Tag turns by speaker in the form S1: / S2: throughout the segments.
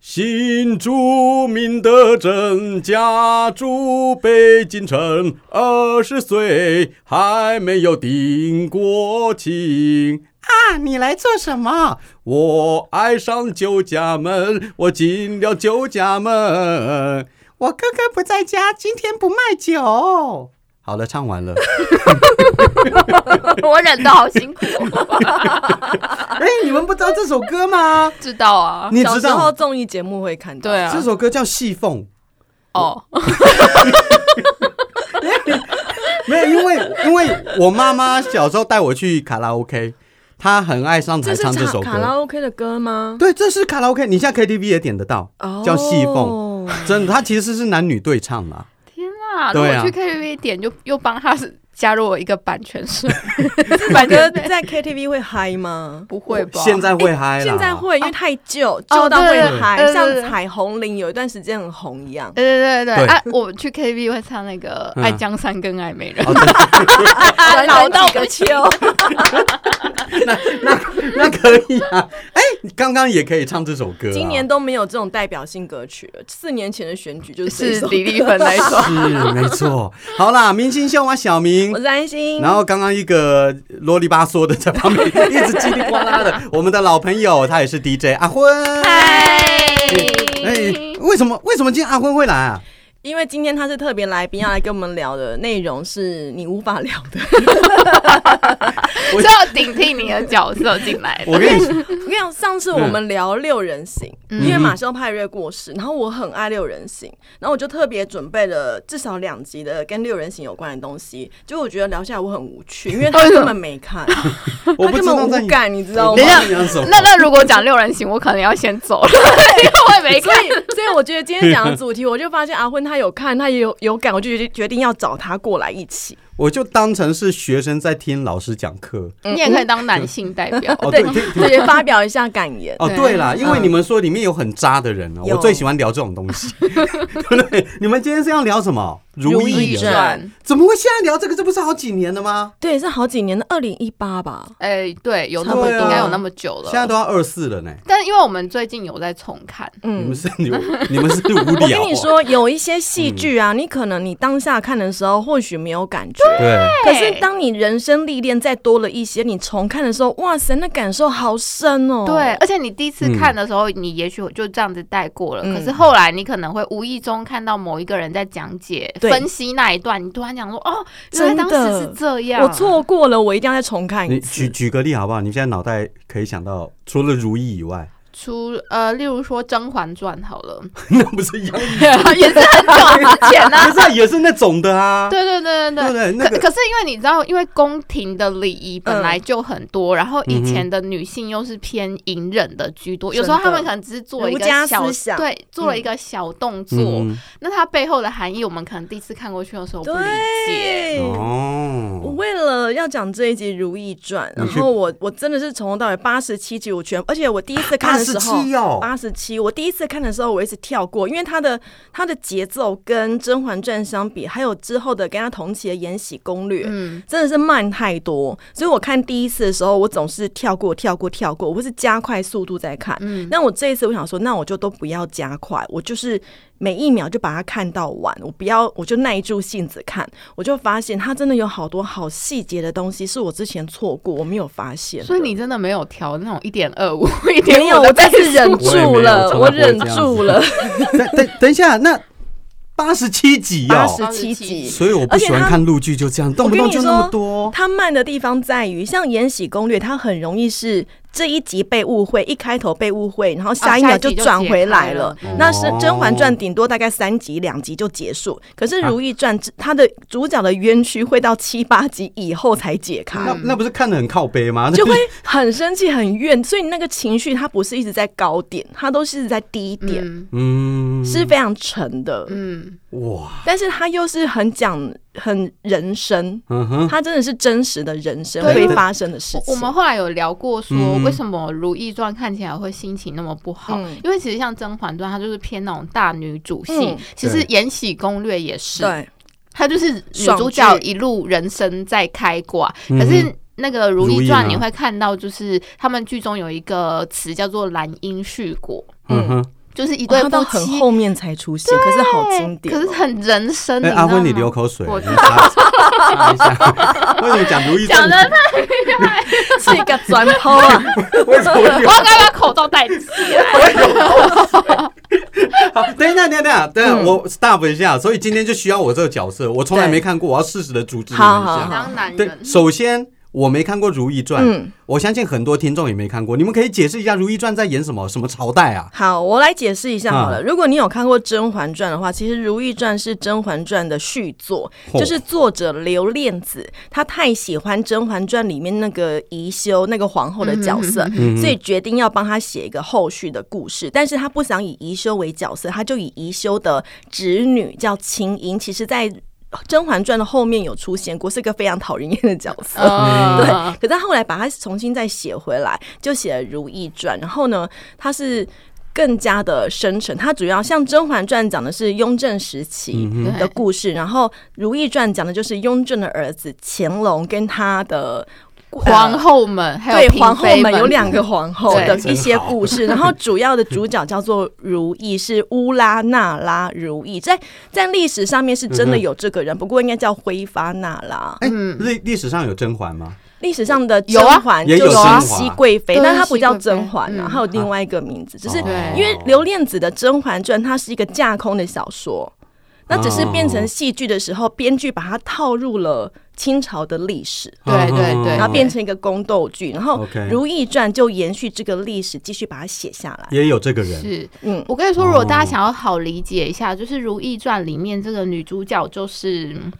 S1: 新住民德政家住北京城，二十岁还没有定过亲。
S2: 啊，你来做什么？
S1: 我爱上旧家门，我进了旧家门。
S2: 我哥哥不在家，今天不卖酒。
S1: 好了，唱完了。
S3: 我忍的好辛苦，哦
S2: 哎，你们不知道这首歌吗？
S3: 知道啊，
S1: 你
S4: 小
S1: 知
S4: 时候
S1: 道
S4: 综艺节目会看到，
S3: 对，啊，
S2: 这首歌叫《戏凤》。
S3: 哦，
S1: 没有？因为因为我妈妈小时候带我去卡拉 OK，她很爱上台
S4: 这是
S1: 唱这首
S4: 卡拉
S1: 歌。
S4: OK 的歌吗？
S1: 对，这是卡拉 OK，你现在 KTV 也点得到，叫《戏凤》。
S4: 哦，
S1: 真的，它其实是男女对唱啦。
S3: 天啊！如
S1: 对
S3: 果
S1: 啊
S3: 去 KTV 点，就又帮他加入了一个版权 税，
S4: 这首歌在 KTV 会嗨吗？
S3: 不会吧？
S1: 现在会嗨啦，
S4: 现在会，因为太旧，
S3: 哦
S4: 旧到会
S3: 对
S4: 嗨，
S3: 对
S4: 像
S3: 对对
S4: 彩虹铃有一段时间很红一样。
S3: 对对对
S1: 对
S3: 对，哎、我去 KTV 会唱那个《
S1: 嗯
S3: 爱江山跟爱美人》
S1: 哦。对
S3: 短短几个
S4: 秋，
S1: 啊那可以啊。哎，你刚刚也可以唱这首歌啊。，
S4: 今年都没有这种代表性歌曲了。四年前的选举就是这
S3: 是
S4: 首
S3: 李丽芬那一 首
S1: 是没错。好啦，明星秀啊，小明
S4: 我。是安心，
S1: 然后刚刚一个啰里吧嗦的在旁边一直叽里呱啦的，我们的老朋友他也是 DJ 阿昏。哎，为什么为什么今天阿昏会来啊？
S4: 因为今天他是特别来宾，要来跟我们聊的内容是你无法聊的。
S3: 是要顶替你的角色进来
S1: 我
S3: 的。
S1: 跟你
S4: 我跟你讲，上次我
S1: 嗯
S4: 们聊六人行，
S3: 嗯
S4: 因为马修派瑞过世，然后我很爱六人行，然后我就特别准备了至少两集的跟六人行有关的东西，结果我觉得聊下来我很无趣，因为 他根本 没看，
S1: 我不
S4: 他根
S1: 知
S4: 本
S1: 道在
S4: 无感，你知道
S1: 我
S4: 吗
S1: 不
S3: 等？
S1: 知
S3: 一
S1: 道
S3: 下
S1: 在讲什么
S3: 那那如果讲六人行，我可能要先 走了，因为我也没
S4: 所
S3: 看。
S4: 以，所以我觉得今天讲的主题，我就发现阿昏他有看，他也有有感，我就决定决定要找他过来一起。
S1: 我就当成是学生在听老师讲课。
S3: 你也可以当男性代表。
S1: 哦，
S4: 对
S1: 对，听
S4: 所以发表一下感言。
S1: 哦，
S3: 对
S1: 对啦，因为你们说里面有很渣的人哦，
S4: 有
S1: 我最喜欢聊这种东西，对不对？你们今天是要聊什么？《
S4: 如
S1: 懿
S4: 懿
S1: 人》
S4: 传
S1: 怎么会现在聊这个？这不是好几年了吗？
S4: 对，是好几年的二零一八吧。
S3: 哎，对，有那么
S1: 对啊
S3: 应该有那么久
S1: 现在
S3: 了。
S1: 都要二四了呢。
S3: 但因为我们最近有在重看，
S1: 你
S4: 嗯
S1: 们，是你们你们是无
S4: 我
S1: 聊。啊
S4: 跟你，说，有一些戏剧啊，你可能你当下看的时候或许没有感觉，
S1: 对，啊
S3: 对
S4: 可是当你人生历练再多了一些，你重看的时候，哇塞，那感受好深哦。
S3: 对，，而且你第一次看的时候，你也许就这样子带过了，
S4: 嗯
S3: 可是后来你可能会无意中看到某一个人在讲解、
S4: 对
S3: 分析那一段，你突然讲说：“哦，原来
S4: 真的
S3: 当时是这样。”
S4: 我错过了，我一定要再重看一
S1: 你
S4: 次
S1: 举。举个例好不好？你现在脑袋可以想到，除了《如懿》以外，
S3: 出呃，例如说《甄嬛传》好 了，
S1: 那不是一样？
S3: 也是很久之前呢、
S1: 可是啊也是那种的啊，
S3: 对对对对
S1: 对不对？
S3: 对。
S1: 那
S3: 可
S1: 个
S3: 可是因为你知道，因为宫廷的礼仪本来就很多，然后以前的女性又是偏隐忍的居多，
S4: 嗯真
S3: 有
S4: 的
S3: 时候她们可能只是做一
S4: 儒家
S3: 个
S4: 思
S3: 小
S4: 想嗯
S3: 对，做了一个小动作，
S1: 嗯
S3: 那它背后的含义，我们可能第一次看过去的时候不理解。
S4: 对。我
S1: 哦，
S4: 为了要讲这一集《如懿传》，
S1: 你
S4: 然
S1: 去
S4: 后我我真的是从头到尾八十七集我全，而且我第一次看的时候
S1: 87哦
S4: 八十七，我第一次看的时候我一直跳过，因为它的它的节奏跟《甄嬛传》相比，还有之后的跟它同期的《延禧攻略》，
S3: 嗯，
S4: 真的是慢太多，所以我看第一次的时候，我总是跳过、跳过、跳过，我不是加快速度在看。嗯，但我这一次我想说，那我就都不要加快，我就是每一秒就把它看到完，我不要，我就耐住性子看。我就发现它真的有好多好细节的东西，是我之前错过，我没有发现的。
S3: 所以你真的没有调那种一点二五、一点
S4: 没有，我
S3: 在
S4: 这次忍住了，
S1: 我
S4: 我
S1: 也没有
S4: 忍住了，
S1: 等等等一下，那八十七集
S4: 八
S1: 哦，
S4: 十
S3: 87
S4: 七集。
S1: 所以我不喜欢看陆剧，就这样动不动就那么多。
S4: 它慢的地方在于，像《延禧攻略》，它很容易是这一集被误会，一开头被误会，然后下一秒就转回来了。
S3: 啊
S1: 下一集就解开了
S4: 那是《甄嬛传》顶多大概三集、两集就结束，可是《如懿传》它的主角的冤屈会到七八集以后才解开。
S1: 那那不是看得很靠背吗？
S4: 嗯就会很生气、很怨，所以你那个情绪它不是一直在高点，它都是一直在低点，
S3: 嗯
S1: 嗯，
S4: 是非常沉的。
S3: 嗯，
S1: 哇，
S4: 但是它又是很讲很人生，
S1: 嗯哼，
S4: 它真的是真实的人生
S3: 对
S4: 会发生的事
S3: 我
S4: 情。
S3: 我们后来有聊过说，
S1: 嗯
S3: 为什么《如懿传》看起来会心情那么不好？
S4: 嗯
S3: 因为其实像《甄嬛传》，它就是偏那种大女主戏，
S4: 嗯
S3: 其实《延禧攻略》也是，
S4: 对，
S3: 她就是女主角
S4: 爽剧
S3: 一路人生在开挂，
S1: 嗯
S3: 可是。那个《如懿传
S1: 如懿》，呢
S3: 你会看到，就是他们剧中有一个词叫做“兰因絮果”，
S1: 嗯哼，
S3: 就是一
S4: 哇
S3: 对
S4: 它到
S3: 夫
S4: 很
S3: 妻，哎
S4: 后面才出现，可是好经典
S3: 可
S4: 哦。
S3: 是很人生。
S1: 哎，
S3: 知
S1: 阿
S3: 道
S1: 辉，你
S3: 吗
S1: 流口水，
S3: 我
S1: 你擦擦一下。 为什么讲如意
S3: 讲
S1: 正
S3: 的
S1: 经？
S3: 太厉害，
S4: 是一个砖头啊！
S1: 为什么
S3: 我
S1: 流？
S3: 要不要把口罩戴起来？
S1: 好，等一下，等一下，等一下，
S4: 嗯
S1: 我 stop 一下。所以今天就需要我这个角色，我从来
S4: 对
S1: 没看过，我要适时的阻止你一
S4: 好好好
S1: 下。
S3: 当男
S1: 对
S3: 人，，
S1: 首先我没看过《如懿传》，
S4: 嗯
S1: 我相信很多听众也没看过。你们可以解释一下《如懿传》在演什么？什么朝代啊？
S4: 好，我来解释一下好了。
S1: 啊
S4: 如果你有看过《甄嬛传》的话，其实《如懿传》是《甄嬛传》的续作，
S1: 嚯
S4: 就是作者刘恋子，她太喜欢《甄嬛传》里面那个宜修那个皇后的角色，
S1: 嗯
S4: 所以决定要帮她写一个后续的故事。但是她不想以宜修为角色，她就以宜修的侄女叫秦英，其实在《甄嬛传》的后面有出现过，是个非常讨人厌的角色。
S3: 呃，
S4: 可是他后来把它重新再写回来，就写了《如懿传》。然后呢，它是更加的深沉。它主要像《甄嬛传》讲的是雍正时期
S1: 嗯
S3: 对
S4: 的故事，然后《如懿传》讲的就是雍正的儿子乾隆跟他的呃
S3: 皇后们还
S4: 对
S3: 有嫔
S4: 皇后
S3: 妃
S4: 们
S3: 们
S4: 有两个皇后
S3: 对
S4: 的
S1: 真
S4: 一些
S1: 好
S4: 故事，然后主要的主角叫做如意，是乌拉那拉如意，在在历史上面是真的有这个
S1: 嗯
S4: 人，不过应该叫灰发那拉。
S1: 哎，
S3: 嗯
S1: 历历史上有甄嬛吗？
S4: 历史上的
S3: 有
S4: 甄
S3: 啊
S4: 嬛
S1: 也有
S4: 就
S1: 甄嬛
S4: 是熹贵妃，
S3: 对
S4: 但她不叫
S3: 熹贵妃
S4: 甄嬛啊
S3: 嗯，
S4: 她有另外一个名字，只是
S1: 哦
S3: 对
S4: 因为刘恋子的《甄嬛传》，它是一个架空的小说，那只是变成戏剧的时
S1: 哦
S4: 候，编剧把它套入了清朝的历史。
S1: 哦
S3: 对
S1: 嗯
S3: 对对
S4: 然后变成一个宫斗剧，然后
S1: OK
S4: 《如懿传》就延续这个历史，继续把它写下来。
S1: 也有这个人，
S3: 是。
S4: 嗯，
S3: 我跟你说，如果大家想要好理解一下，就是《如懿传》里面这个女主角就是嗯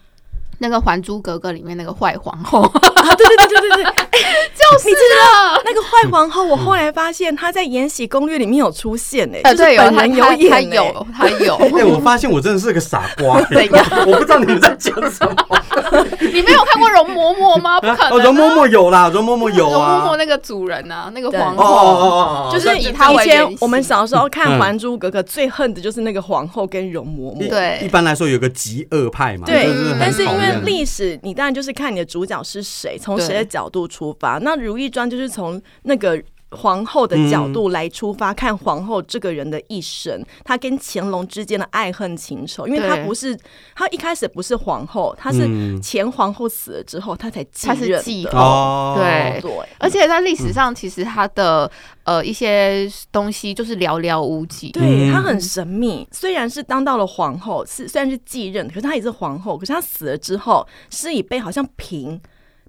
S3: 那个《还珠格格》里面那个坏皇 后，
S4: 啊，对对对对对对，
S3: 就是啊了。
S4: 那个坏皇后，我后来发现她在《延禧攻略》里面啊有出现诶，
S3: 呃，
S4: 就是
S3: 对，有
S4: 本
S3: 她
S4: 人
S3: 她
S4: 演
S3: 她
S4: 欸，
S3: 有她有，
S1: 哎、 我发现我真的是个傻 瓜、
S3: 怎样
S1: 我不知道你们在讲什么。
S4: 啊
S3: 你没有看过容嬷嬷吗？不可能啊，
S1: 哦，容嬷嬷有啦，容嬷嬷有
S3: 容嬷嬷
S1: 啊。
S3: 那个主人啊，那个
S4: 对
S3: 皇
S1: 哦哦哦
S3: 后，
S1: 哦哦，
S4: 欸就是
S3: 以她为
S4: 以前
S3: 原型
S4: 我们小时候看
S1: 嗯
S4: 《还珠格格》，最恨的就是那个皇后跟容嬷嬷。
S3: 对
S1: 一般来说有个极恶派嘛，
S4: 对
S1: 就是很，
S4: 但是因
S1: 讨
S4: 为
S1: 厌
S4: 历史，你当然就是看你的主角是谁，从谁
S3: 对
S4: 的角度出发。那《如懿传》就是从那个皇后的角
S1: 嗯
S4: 度来出发，看皇后这个人的一生，她跟乾隆之间的爱恨情仇。因为她
S3: 对
S4: 不是，她一开始不是皇后，她是
S1: 嗯
S4: 前皇后死了之后，她才继
S3: 她是
S4: 任
S3: 继
S4: 的。
S3: 后
S1: 哦，
S3: 对
S4: 对，
S3: 而且在
S1: 嗯
S3: 历史上，其实她的呃一些东西就是寥寥无几，
S4: 对
S1: 嗯
S4: 她很神秘，虽然是当到了皇后，是虽然是继任，可是她也是皇后。可是她死了之后，是以被好像嫔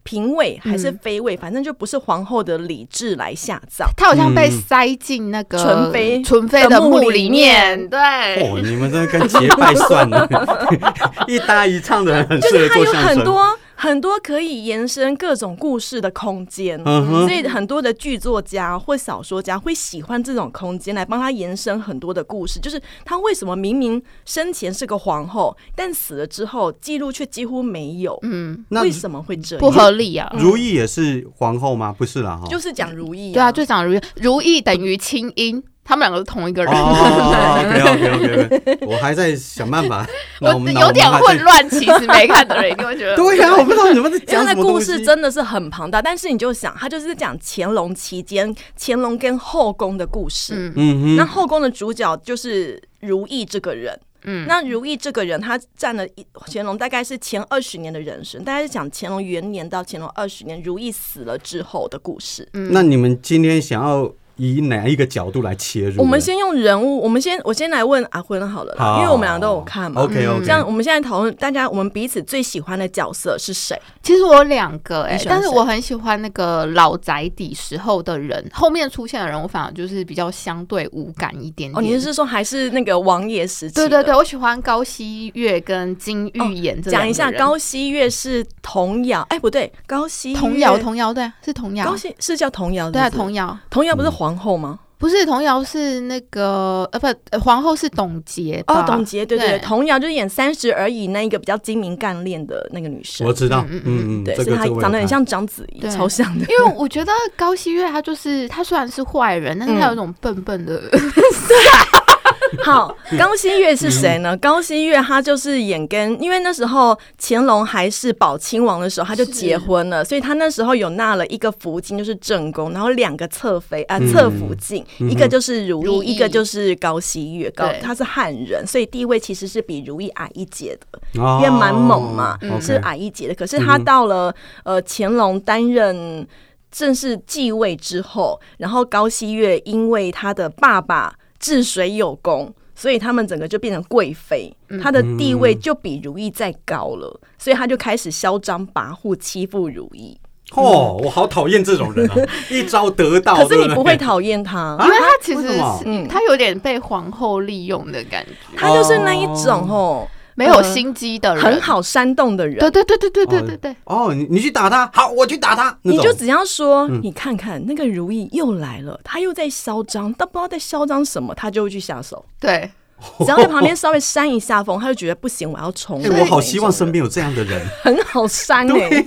S4: 嫔位还
S1: 嗯
S4: 是妃位，反正就不是皇后的礼制来下葬。
S3: 她好像被
S1: 嗯
S3: 塞进那个
S4: 纯妃
S3: 纯妃的
S4: 的墓
S3: 墓
S4: 里
S3: 里面，
S4: 面
S3: 对，
S1: 哦，你们真的跟结拜算 了，一搭一唱的人很
S4: 就
S1: 适合
S4: 是她
S1: 做
S4: 有
S1: 相
S4: 很
S1: 声。
S4: 多很多可以延伸各种故事的空间，
S1: 嗯哼
S4: 所以很多的剧作家或小说家会喜欢这种空间来帮她延伸很多的故事。就是她为什么明明生前是个皇后，但死了之后记录却几乎没有，
S3: 嗯，
S1: 那
S4: 为什么会这样？
S3: 不合理
S4: 嗯
S3: 啊。
S1: 如懿也是皇后吗？不是啦，
S3: 哦
S1: 哈，
S4: 就是是讲如意、
S3: 对啊，最长如如意等于清音，他们两个是同一个人，
S1: 哦，OK OK OK OK，我还在想办 法。
S3: 我
S1: 脑
S3: 有点混。乱。其实没看的人一定会觉得
S1: 脑 对啊呀，我不知道你们在
S4: 因为
S1: 讲
S4: 他
S1: 什
S4: 的
S1: 么
S4: 故
S1: 东
S4: 事
S1: 西。
S4: 真的是很庞大，但是你就想，他就是讲乾隆期间乾隆跟后宫的故事。
S3: 嗯
S1: 嗯
S4: 那
S1: 哼，
S4: 后宫的主角就是如意这个人。
S3: 嗯
S4: 那如意这个人，他占了一乾隆大概是前二十年的人生，大概是讲乾隆元年到乾隆二十年，如意死了之后的故事。
S3: 嗯
S1: 那你们今天想要以哪一个角度来切入呢？
S4: 我们先用人物，我们先我先来问阿坤好了啦
S1: 好，
S4: 因为我们俩都有看嘛。嗯
S1: OK OK，
S4: 这样，我们现在讨论大家我们彼此最喜欢的角色是谁？
S3: 其实我有两个哎、
S4: 你喜欢
S3: 但是
S4: 谁
S3: 我很喜欢那个老宅邸时候的人，后面出现的人，我反而就是比较相对无感一点点。
S4: 哦，你是说还是那个王爷时期？
S3: 对对对，。我喜欢高希月跟金玉妍这两
S4: 哦讲
S3: 个
S4: 一下，
S3: 人
S4: 高希月是童谣，哎，不对，高希月
S3: 童谣，童谣对是童谣
S4: 高，希是叫童谣，
S3: 对啊
S4: 是不是
S3: 童谣
S4: 童谣不是皇后吗？
S3: 不是童谣是那个呃不呃皇后是董洁吧
S4: 哦，董洁，对对对，
S3: 嗯对
S4: 童谣就是演《三十而已》那一个比较精明干练的那个女生
S1: 我，知道，
S3: 嗯
S1: 嗯嗯，
S4: 对，
S1: 这
S4: 所
S1: 个
S4: 以她
S1: 这个我有
S4: 长得很
S1: 看。
S4: 像章子怡，
S3: 对
S4: 超像的。
S3: 因为我觉得高希月她就是她虽然是坏人，但是她
S4: 嗯
S3: 有一种笨笨的，
S4: 好，高希月是谁
S1: 嗯
S4: 呢？高希月她就是演跟，因为那时候乾隆还是宝亲王的时候，他就结婚了，所以他那时候有纳了一个福晋，就是正宫，然后两个侧妃啊，
S1: 嗯
S4: 侧福晋，
S1: 嗯哼
S4: 一个就是如
S3: 如
S4: 意，
S3: 懿
S4: 一个就是高希月。高
S3: 对
S4: 她是汉人，所以地位其实是比如意矮一截的，
S1: 因
S4: 因为蛮猛嘛，
S1: 哦
S3: 嗯
S4: 是矮一截的。可是
S1: 嗯
S4: 她到了呃乾隆担任。正式继位之后，然后高希月因为她的爸爸治水有功，所以他们整个就变成贵妃，她的地位
S1: 嗯
S4: 就比如意再高了，所以她就开始嚣张跋扈，欺负如意。
S1: 哦，我好讨厌这种 人啊！一招得到，
S4: 嗯可是你
S1: 哦对
S4: 不
S1: 不
S4: 会
S1: 对
S4: 讨厌她，
S3: 因为他其实
S1: 为什么
S3: 是
S4: 嗯
S3: 他有点被皇后利用的感觉，
S4: 她就是那一种哦，
S3: 没有心机的人，
S4: 很，好煽动的人
S3: 对。对对对对对对对，
S1: 哦，你你去打他，好，我去打他，那
S4: 你
S1: 种
S4: 就只要说，
S1: 嗯
S4: 你看看那个如意又来了，她又在嚣张，但不知道在嚣张什么，她就会去 下手。
S3: 对，
S4: 只要在旁边稍微扇一下风，她就觉得不行，我要冲
S1: 哎、
S4: 了。
S1: 我好希望身边有这样的人。
S4: 很好扇哎、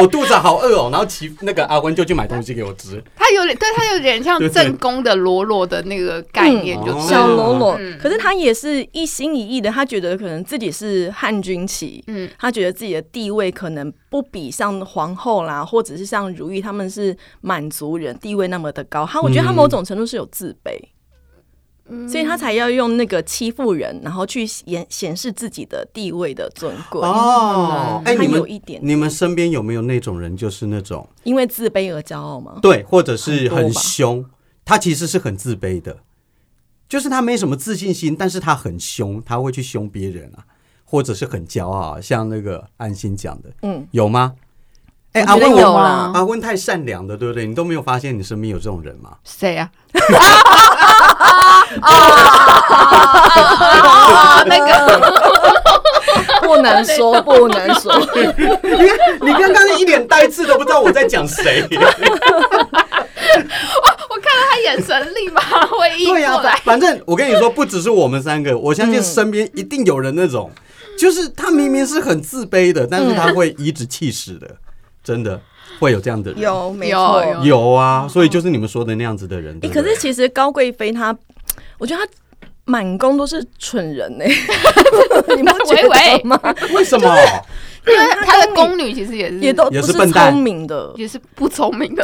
S1: 我肚子好饿哦，然后骑那个阿温就去买东西给我吃。
S3: 他有点，对他有点像
S1: 对对
S3: 正宫的罗罗的那个概念，
S1: 嗯
S3: 就是
S1: 哦
S4: 小喽啰
S3: 嗯，
S4: 可是他也是一心一意的，他觉得可能自己是汉军旗，
S3: 嗯
S4: 嗯，他觉得自己的地位可能不比像皇后啦，或者是像如意他们是满族人地位那么的高，他我觉得他
S1: 嗯
S4: 某种程度是有自卑。所以他才要用那个欺负人，然后去显显示自己的地位的尊贵，
S1: 哦，哎、
S4: 他
S1: 你
S4: 有
S1: 们
S4: 一点，
S1: 你们身边有没有那种人，就是那种
S4: 因为自卑而骄 傲吗？
S1: 对，或者是
S4: 很
S1: 很
S4: 多吧
S1: 凶，他其实是很自卑的，就是他没什么自信心，但是他很凶，他会去凶别人啊，或者是很骄傲啊，像那个安心讲的，
S4: 嗯，
S1: 有吗？哎、
S4: 我
S1: 阿
S4: 觉得
S1: 温
S4: 有
S1: 我。
S4: 啦，
S1: 阿温太善良了，对不对？你都没有发现你身边有这种人 吗？
S3: 谁啊？啊，那个
S4: 不能说，不能说。
S1: 你刚刚一脸呆滞，都不知道我在讲谁。
S3: 我看到他眼神立马会移
S1: 对呀、
S3: 过来
S1: 反，反正我跟你说，不只是我们三个，我相信身边一定有人那种，
S4: 嗯
S1: 就是他明明是很自卑的，但是他会颐指气使 的，真的会有这样的人。
S4: 有，没错，
S3: 有有
S1: 有啊，所以就是你们说的那样子的人。
S4: 欸
S1: 对不
S4: 可
S1: 对
S4: 是其实高贵妃她，我觉得她满宫都是蠢人 呢、你不觉
S3: 喂
S4: 得吗？
S1: 啊为什么？
S3: 因为他的宫女其实也是
S4: 也都
S1: 也
S4: 不
S1: 是
S4: 是
S1: 笨蛋
S4: 聪明的，
S3: 也是不聪明的，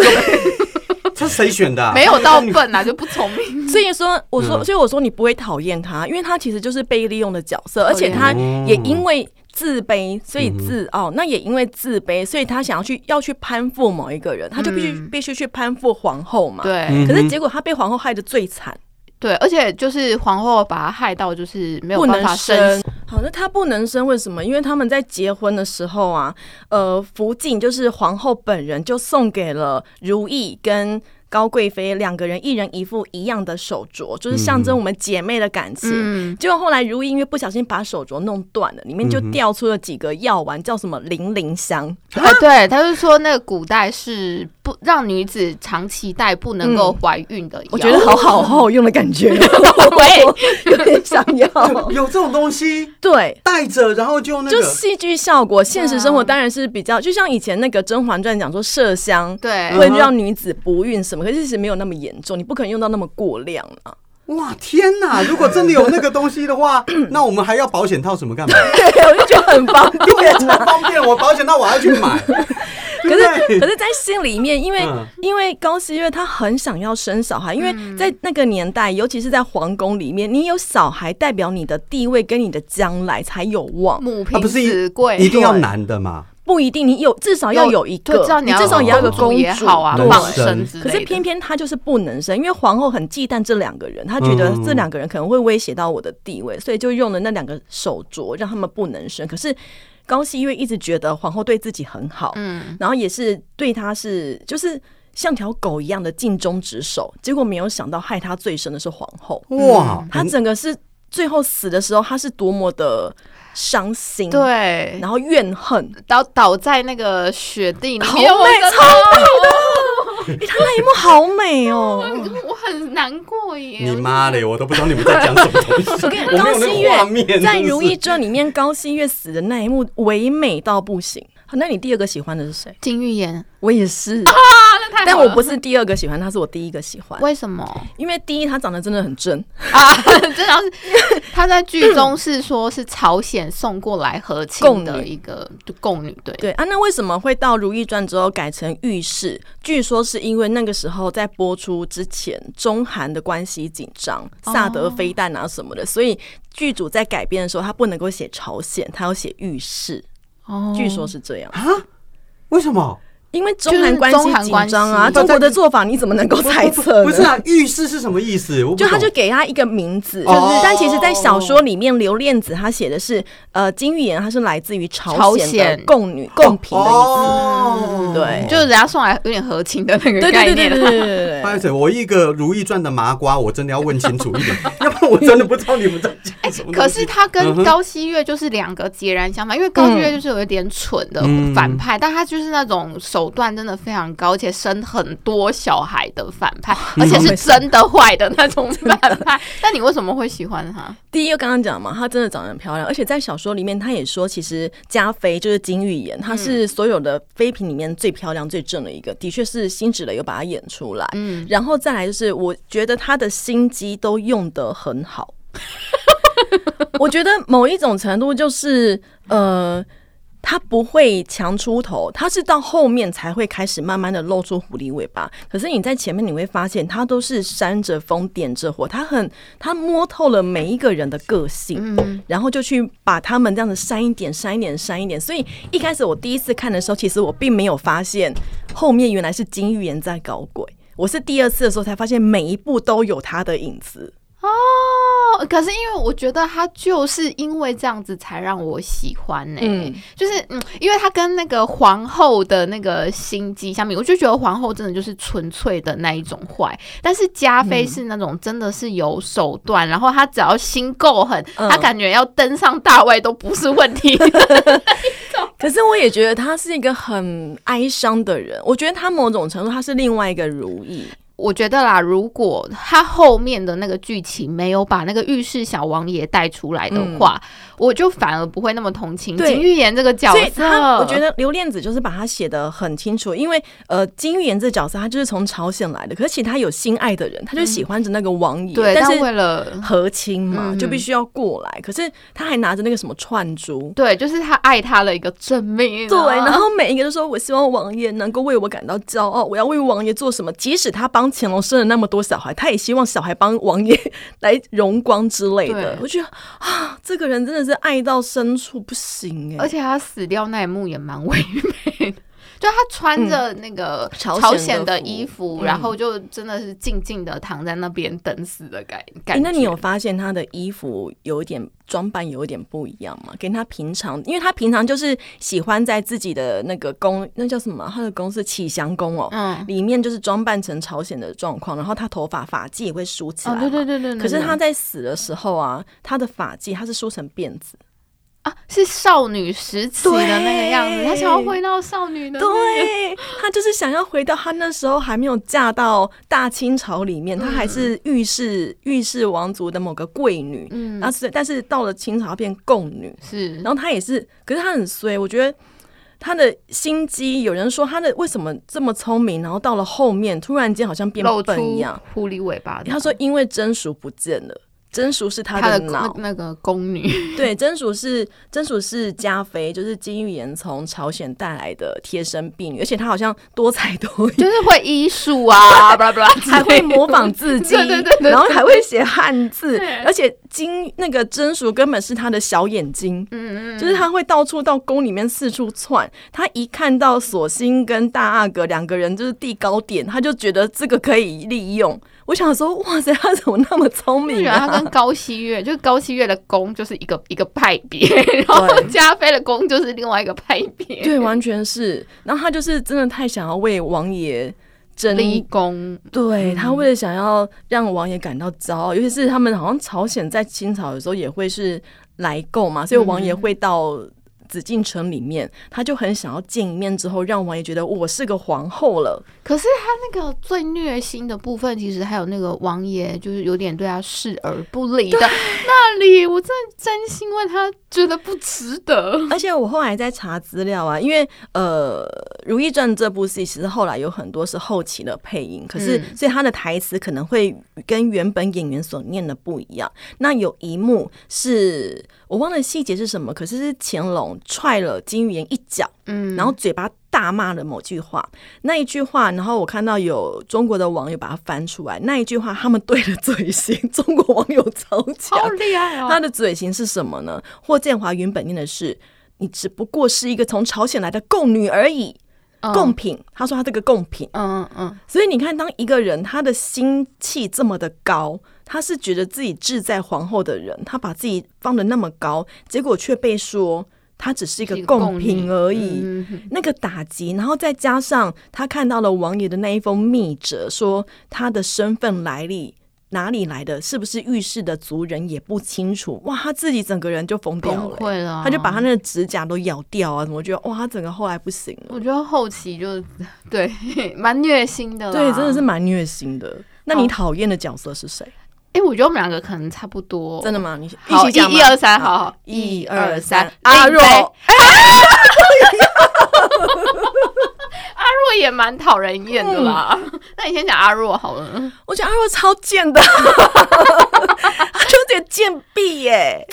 S1: 这谁选的啊？
S3: 没有到笨啊，就不聪明。
S4: 所以说我说，
S1: 嗯
S4: 所以我说你不会讨厌她，因为她其实就是被利用的角色，而且她
S1: 哦
S4: 也因为。自卑，所以自
S1: 嗯
S4: 傲。那也因为自卑，所以她想要去要去攀附某一个人，她就必须、
S3: 嗯
S4: 必须去攀附皇后嘛。。
S3: 对
S1: 嗯
S4: 可是结果她被皇后害得最惨，
S3: 对，而且就是皇后把他害到，就是没有
S4: 不
S3: 办
S4: 能
S3: 法生
S4: 生。好，那她不能生，为什么？因为他们在结婚的时候啊，呃，福晋就是皇后本人就送给了如意跟。高贵妃两个人一人一副一样的手镯，就是象征我们姐妹的感情。
S3: 嗯
S4: 结果后来如意因为不小心把手镯弄断了，里面就掉出了几个药丸，叫什么零陵香。
S3: 啊，对，他就说那个古代是不让女子长期戴不能够怀孕的药、
S4: 我觉得好好好哦用的感 觉，喂，有点想 要。
S1: 有这种东西
S4: 对，
S1: 带着，然后就那
S4: 就
S1: 个
S4: 戏剧效果，现实生
S3: 对啊
S4: 活当然是比较，就像以前那个《甄嬛传》讲说麝香，
S3: 对
S4: 会让女子不孕什么，可是其实没有那么严重，你不可能用到那么过量 啊。
S1: 哇天哪！如果真的有那个东西的 话，那我们还要保险套什么干嘛？
S4: 对，我就觉得很方
S1: 对
S4: 便，
S1: 超方便，我保险套我还要去买。对
S4: 可是，
S1: 不
S4: 可
S1: 对
S4: 是，在心里面，因为、
S1: 嗯
S4: 因为高希月她很想要生小孩，因为
S3: 嗯
S4: 在那个年代，尤其是在皇宫里面，你有小孩代表你的地位跟你的将来才有望，
S3: 母
S1: 啊，
S3: 凭
S1: 不是
S3: 子
S1: 一
S3: 贵，
S1: 一定要男的嘛？
S4: 不一定你有，至少哦要有一个，
S3: 就知道
S4: 你
S3: 要
S4: 至少也要有个公主
S3: 也好啊，
S1: 对
S3: 傍身之类
S4: 可
S3: 的。
S4: 是偏偏他就是不能生，因为皇后很忌惮这两个人，她觉得这两个人可能会威胁到我的地位，所以就用了那两个手镯让他们不能生。可是高希月一直觉得皇后对自己很好，
S3: 嗯，
S4: 然后也是对她是就是像条狗一样的尽忠职守，结果没有想到害她最深的是皇后，
S1: 哇，
S3: 嗯
S4: 她整个是最后死的时候，她是多么的伤心，，
S3: 对，
S4: 然后怨恨，
S3: 倒倒在那个雪地里
S4: 好美，
S3: 面，我真
S4: 超 美的，诶她那一幕好美哦。
S3: 的 我很难过耶。
S1: 你妈嘞！我都不知道你们在讲什么东西，我没有
S4: 高
S1: 那
S4: 希
S1: 个画
S4: 月
S1: 面。
S4: 在
S1: 真
S4: 《
S1: 的
S4: 如
S1: 是
S4: 懿传》里面，高希月死的那一幕唯美到不行，好那你第二个喜欢的是谁？
S3: 金玉妍，
S4: 我也 是，但我不是第二个喜欢他，是我第一个喜欢。
S3: 为什么
S4: 因为第一，他长得真的很正，
S3: 啊？ 真的是他在剧中是说是朝鲜送过来和亲的一个贡女，对，
S4: 对啊。那为什么会到《如懿传》之后改成浴室？据说是因为那个时候在播出之前，中韩的关系紧张，萨德飞弹啊什么的，所以剧组在改编的时候，他不能够写朝鲜，他要写浴室。
S3: 哦
S4: 据说是这样，
S2: 啊？为什么？
S4: 因为中韩关系紧张啊，
S3: 就是中韩关系
S4: 中国的做法你怎么能够猜测呢？
S2: 不是啊，浴室是什么意思？我不
S4: 就他
S2: 懂
S4: 就给他一个名字，就
S2: 哦
S4: 是，但其实，在小说里面，刘恋子她写的是，呃，金玉妍她是来自于朝
S3: 朝
S4: 鲜的
S3: 鲜
S4: 贡女、贡嫔的意
S2: 哦
S4: 思，对，
S3: 就是人家送来有点和亲的那个
S4: 对
S3: 概
S4: 对对对
S3: 念
S4: 对
S3: 了。
S4: 对对
S2: 不好
S4: 对
S2: 意思，我一个《如懿传》的麻瓜，我真的要问清楚一 点，要不然我真的不知道你们在讲什么东西。嗯
S3: 可是他跟高希月就是两个截然相反，因为高希月就是有一点蠢的
S2: 嗯
S3: 反派，但他就是那种手段真的非常高，而且生很多小孩的反派，而且是真的坏的那种反派。 那你为什么会喜欢他？
S4: 第一个刚刚讲嘛，她真的长得很漂亮，而且在小说里面，她也说，其实加菲就是金玉妍，她是所有的妃嫔里面最漂亮、最正的一个，的确是辛芷蕾有把她演出来，
S3: 嗯，
S4: 然后再来就是，我觉得他的心机都用得很好。我觉得某一种程度就是，呃，他不会强出头，他是到后面才会开始慢慢的露出狐狸尾巴。可是你在前面你会发现，他都是扇着风点着火，他很他摸透了每一个人的个性，然后就去把他们这样子删一点、删一点、删一点。所以一开始我第一次看的时候，其实我并没有发现后面原来是金玉妍在搞鬼。我是第二次的时候才发现，每一步都有他的影子。
S3: 哦，可是因为我觉得他就是因为这样子才让我喜欢呢、
S4: 嗯
S3: 就是嗯，因为他跟那个皇后的那个心机相比，我就觉得皇后真的就是纯粹的那一种坏，但是加
S4: 嗯
S3: 菲是那种真的是有手段，然后他只要心够狠，
S4: 嗯
S3: 他感觉要登上大位都不是问题。
S4: 可是我也觉得他是一个很哀伤的人。我觉得他某种程度他是另外一个如意。
S3: 我觉得啦，如果他后面的那个剧情没有把那个浴室小王爷带出来的话，我就反而不会那么同情
S4: 嗯对
S3: 金玉妍这个角
S4: 所以
S3: 色
S4: 他，。我觉得刘恋子就是把他写的很清楚，因为呃，金玉妍这角色她就是从朝鲜来的，可是其实她有心爱的人，她就喜欢着那个王爷，
S3: 对，
S4: 但
S3: 但
S4: 是
S3: 为了
S4: 和亲嘛，
S3: 嗯
S4: 就必须要过来。可是他还拿着那个什么串珠，
S3: 对，就是他爱他的一个证明、啊
S4: 对，啊然后每一个都说我希望王爷能够为我感到骄傲，我要为王爷做什么。即使他帮乾隆生了那么多小孩，他也希望小孩帮王爷 来荣光之类的
S3: 对。
S4: 我觉得啊，这个人真的是爱到深处不行哎、
S3: 而且他死掉那一幕也蛮唯美的。就他穿着那个
S4: 嗯朝鲜的
S3: 朝鲜的
S4: 服
S3: 衣服，
S4: 嗯
S3: 然后就真的是静静的躺在那边等死的感感
S4: 诶
S3: 觉。
S4: 那你有发现他的衣服有一点装扮有一点不一样吗？跟他平常，因为他平常就是喜欢在自己的那个宫，那叫什么啊？他的宫是启祥宫哦，
S3: 嗯
S4: 里面就是装扮成朝鲜的状况，然后他头发发髻也会梳起
S3: 哦，
S4: 来嘛、
S3: 对对对对对
S4: 可是他
S3: 对
S4: 在死的时候啊，他的发髻他是梳成辫子，
S3: 啊，是少女时期的那个样子，
S4: 对
S3: 他想要回到少女的那个
S4: 对他就是想要回到他那时候还没有嫁到大清朝里
S3: 嗯
S4: 面，他还是御室御室王族的某个贵女，
S3: 嗯
S4: 啊，所以但是到了清朝她变贡女，
S3: 是
S4: 然后她也是，可是她很衰，我觉得。她的心机，有人说她的为什么这么聪明，然后到了后面突然间好像变
S3: 露
S4: 笨一
S3: 出
S4: 样。
S3: 狐狸尾巴的。
S4: 他说因为真淑不见了，真淑是她
S3: 他的
S4: 的脑
S3: 那，那个宫女，
S4: 对，真属是真属是加菲，就是金玉妍从朝鲜带来的贴身婢女，而且她好像多才多艺
S3: 就，是会医术 啊，巴拉巴拉之类的，
S4: 还会模仿字迹，
S3: 对对对对
S4: 然后还会写汉字
S3: 对，
S4: 而且金那个真属根本是她的小眼睛。
S3: 嗯，嗯嗯，
S4: 就是她会到处到宫里面四处窜，她一看到索心跟大阿哥两个人就是地高点，她就觉得这个可以利用。我想说，哇塞，她怎么那么聪
S3: 就觉
S4: 明
S3: 得
S4: 啊？
S3: 他跟高希月，就是高希月的宫就是一个一个派 别，然后加菲的宫就是另外一个派别，
S4: 对，完全是。然后他就是真的太想要为王爷争
S3: 立宫。
S4: 对他为了想要让王爷感到骄傲，尤其是他们好像朝鲜在清朝的时候也会是来购嘛，所以王爷会到紫禁城里面，他就很想要见一面，之后让王爷觉得我是个皇后了。
S3: 可是他那个最虐心的部分，其实还有那个王爷，就是有点对他视而不理的那里，我真的真心为他觉得不值得。
S4: 而且我后来在查资料啊，因为呃，《如懿传》这部戏其实后来有很多是后期的配音，可是、
S3: 嗯
S4: 所以他的台词可能会跟原本演员所念的不一样。那有一幕是我忘了细节是什么，可是是乾隆踹了金玉妍一脚，
S3: 嗯，
S4: 然后嘴巴大骂了某句话，那一句话，然后我看到有中国的网友把它翻出来，那一句话他们对了嘴型，中国网友超强
S3: 好，厉害哦，
S4: 他的嘴型是什么呢？霍建华原本念的是“你只不过是一个从朝鲜来的贡女而已”，
S3: 嗯
S4: 贡品。他说他这个贡品，
S3: 嗯嗯
S4: 所以你看，当一个人他的心气这么的高，他是觉得自己志在皇后的人，他把自己放的那么高，结果却被说他只是一个
S3: 一个
S4: 贡
S3: 贡
S4: 品
S3: 女
S4: 而已。
S3: 嗯嗯，
S4: 那个打击，然后再加上他看到了王爷的那一封密折，说他的身份来历哪里来的，是不是御氏的族人也不清楚。哇，他自己整个人就疯掉
S3: 崩
S4: 了欸、
S3: 溃了啊，
S4: 他就把他那个指甲都咬掉啊！怎么觉得哇，他整个后来不行了？
S3: 我觉得后期就 对蛮虐心的啦，
S4: 对，真的是蛮虐心的。那你
S3: 好
S4: 讨厌的角色是谁？
S3: 哎、我觉得我们两个可能差不多，
S4: 真的吗？你一
S3: 哦好，
S4: 起
S3: 一
S4: 讲吗
S3: 一二三，好，好，
S4: 一二三
S3: 阿
S4: 阿
S3: 若，
S4: 若
S3: 哎阿若也蛮讨人厌的啦。 那你先讲阿若好 了，
S4: 我觉得阿若超贱的， 他就有点贱婢耶。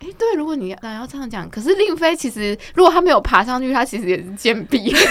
S3: 哎、对，如果你要要这样讲，可是令妃其实如果她没有爬上去，她其实也是贱婢。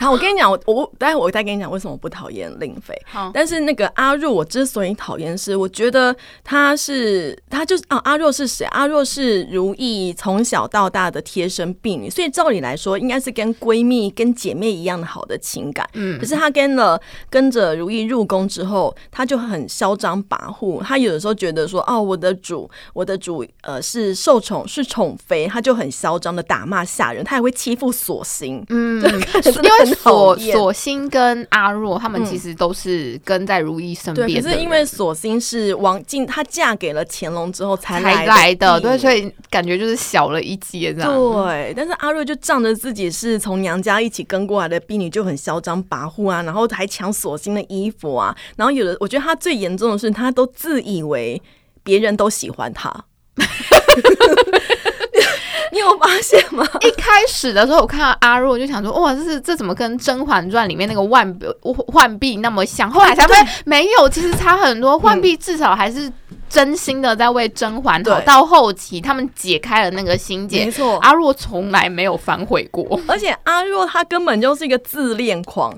S4: 好，我跟你讲，我我待会我再跟你讲为什么我不讨厌令妃。
S3: 好，
S4: 但是那个阿若，我之所以讨厌是，我觉得他是他就是啊，阿若是谁？阿若是如意从小到大的贴身婢女，所以照理来说，应该是跟闺蜜、跟姐妹一样的好的情感。
S3: 嗯
S4: 可是他跟了跟着如意入宫之后，他就很嚣张跋扈。他有的时候觉得说，哦，我的主，我的主，呃，是受宠是宠妃，他就很嚣张的打骂下人，他也会欺负锁心。
S3: 嗯，
S4: 真的
S3: 因为
S4: 很讨
S3: 索
S4: 厌
S3: 索心跟阿若他们
S4: 嗯
S3: 其实都是跟在如意身
S4: 对，
S3: 边
S4: 可
S3: 的
S4: 是
S3: 人，
S4: 因为索心是王静，她嫁给了乾隆之后才
S3: 才
S4: 来
S3: 来的，
S4: 嗯
S3: 对，所以感觉就是小了一阶这样。
S4: 对，但是阿瑞就仗着自己是从娘家一起跟过来的婢女，就很嚣张跋扈啊，然后还抢索心的衣服啊，然后有的，我觉得她最严重的是，她都自以为别人都喜欢她。 你有发现吗？
S3: 一开始的时候，我看到阿若，我就想说，哇，这是这怎么跟《甄嬛传》里面那个万浣碧那么像？后来才发现没有，其实差很
S4: 嗯
S3: 多。浣碧至少还是真心的在为甄嬛好，
S4: 对
S3: 到后期他们解开了那个心结，
S4: 错
S3: 阿若从来没有反悔过。
S4: 而且阿若她根本就是一个自恋狂，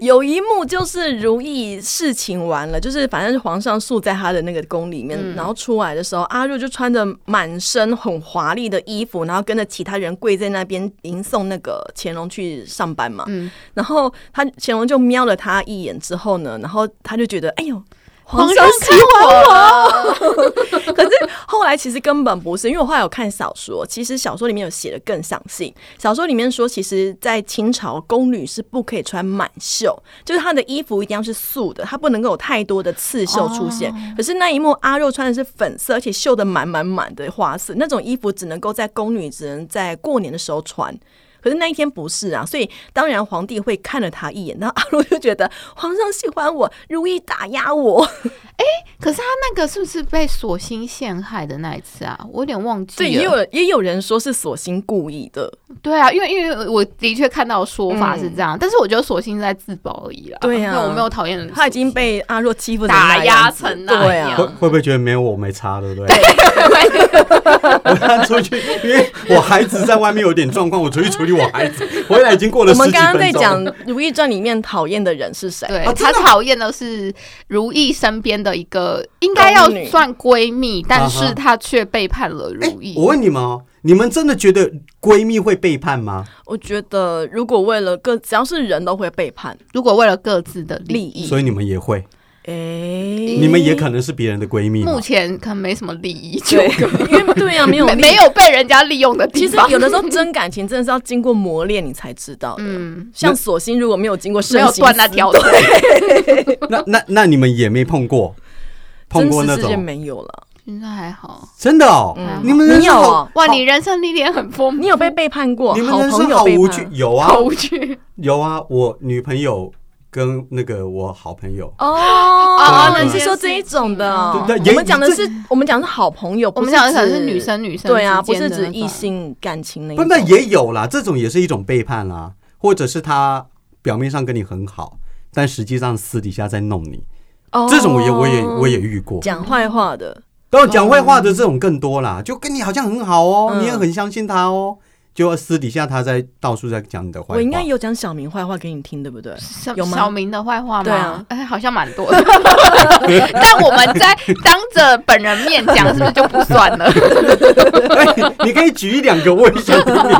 S4: 有一幕就是如意事情完了，就是反正是皇上宿在她的那个宫里面，然后出来的时候，阿若就穿着满身很华丽的衣服，然后跟着其他人跪在那边迎送那个乾隆去上班嘛。
S3: 嗯
S4: 然后他乾隆就瞄了她一眼之后呢，然后他就觉得哎呦。皇
S3: 皇
S4: 上
S3: 上
S4: 喜欢我，可是后来其实根本不是，因为我后来有看小说，其实小说里面有写的更详细。小说里面说，其实，在清朝宫女是不可以穿满袖，就是她的衣服一定要是素的，她不能够有太多的刺绣出现。可是那一幕，阿肉穿的是粉色，而且绣的满满满的花色，那种衣服只能够在宫女只能在过年的时候穿。可是那一天不是啊，所以当然皇帝会看了她一眼，然后阿若就觉得皇上喜欢我，如意打压我，
S3: 可是他那个是不是被索心陷害的那一次啊？我有点忘记
S4: 对，
S3: 了。
S4: 也有人也有人说是索心故意的，
S3: 对啊，因为因为我的确看到说法是这样，但是我觉得索性是在自保而已啦。
S4: 嗯对啊
S3: 我没有讨厌
S4: 他已经被阿若欺负成
S3: 打
S4: 那
S3: 压
S4: 样子
S3: 成那
S4: 对
S1: 哎
S2: 会
S4: 啊
S3: 样。
S2: 会不会觉得没有我没差，对不对？
S3: 索性
S2: 我让出去，因为我孩子在外面有点状况，我出去处理我孩子，回来已经过了
S4: 我
S2: 十
S4: 们
S2: 几分钟。
S4: 刚刚在讲《如懿传》里面讨厌的人是谁？
S3: 对、
S2: 哦真
S3: 她
S2: 的
S3: 讨厌的是如意身边的一个，应该要算闺蜜，但是她却背叛了
S2: 哎
S3: 如意。
S2: 啊我问你们哦，你们真的觉得闺蜜会背叛吗？
S4: 我觉得如果为了各，只要是人都会背叛
S3: 如果为了各自的利
S4: 利
S3: 益，
S1: 嗯
S4: 益，
S2: 所以你们也会，
S4: 哎，
S2: 你
S4: 你
S2: 们也可能是别人的闺蜜嘛。
S3: 目前可能没什么利益纠
S4: 对
S3: 葛，，
S4: 因为对啊，没有
S3: 没
S4: 利益
S3: 没有被人家利用的地
S4: 其实
S3: 方。
S4: 有的时候真感情真的是要经过磨练你才知道的。
S3: 嗯
S4: 像索性如果没有经过
S3: 没
S4: 身
S3: 有
S4: 心
S3: 断那条腿，
S2: 那那那你们也没碰过，碰
S4: 真
S2: 过那
S4: 实事件
S2: 种
S4: 没有了。
S3: 应该还好。
S1: 真的哦，
S3: 嗯
S1: 你们人
S4: 你
S1: 生
S4: 有
S1: 好，
S4: 哦，
S3: 哇，你人生历练很丰富，
S4: 你有被背叛过？
S1: 你们
S4: 好
S1: 人
S4: 朋
S1: 生
S4: 友
S1: 好
S4: 背
S1: 无
S4: 叛
S1: 趣，有啊
S3: 口去
S1: 有啊，我女朋友跟那个我好朋友，
S4: 哦哦，
S1: 对
S4: 你
S1: 对
S4: 是说这一种的哦？
S1: 对对也
S4: 我们讲的是我们讲的是好朋友，
S3: 我
S4: 不
S3: 们讲的可能是
S4: 指
S3: 女。生女生
S4: 对啊，不
S3: 之
S4: 是
S3: 间的
S4: 指
S3: 那
S4: 异
S3: 种
S4: 性感情那一
S1: 不
S4: 种。
S1: 那也有啦，这种也是一种背叛啦，或者是他表面上跟你很好，但实际上私底下在弄你，
S4: 哦
S1: 这种我也我也我也遇过。
S4: 讲坏话的，
S1: 然后讲坏话的这种更多啦，就跟你好像很好哦，
S4: 嗯
S1: 你也很相信他哦，就私底下他在到处在讲你的坏话。
S4: 我应该有讲小明坏话给你听，对不对？
S3: 小
S4: 有吗
S3: 小明的坏话吗？
S4: 对啊
S3: 哎，好像蛮 多的。但我们在当着本人面讲，是不是就不算了？
S1: 哎你可以举一两个，我也想听听。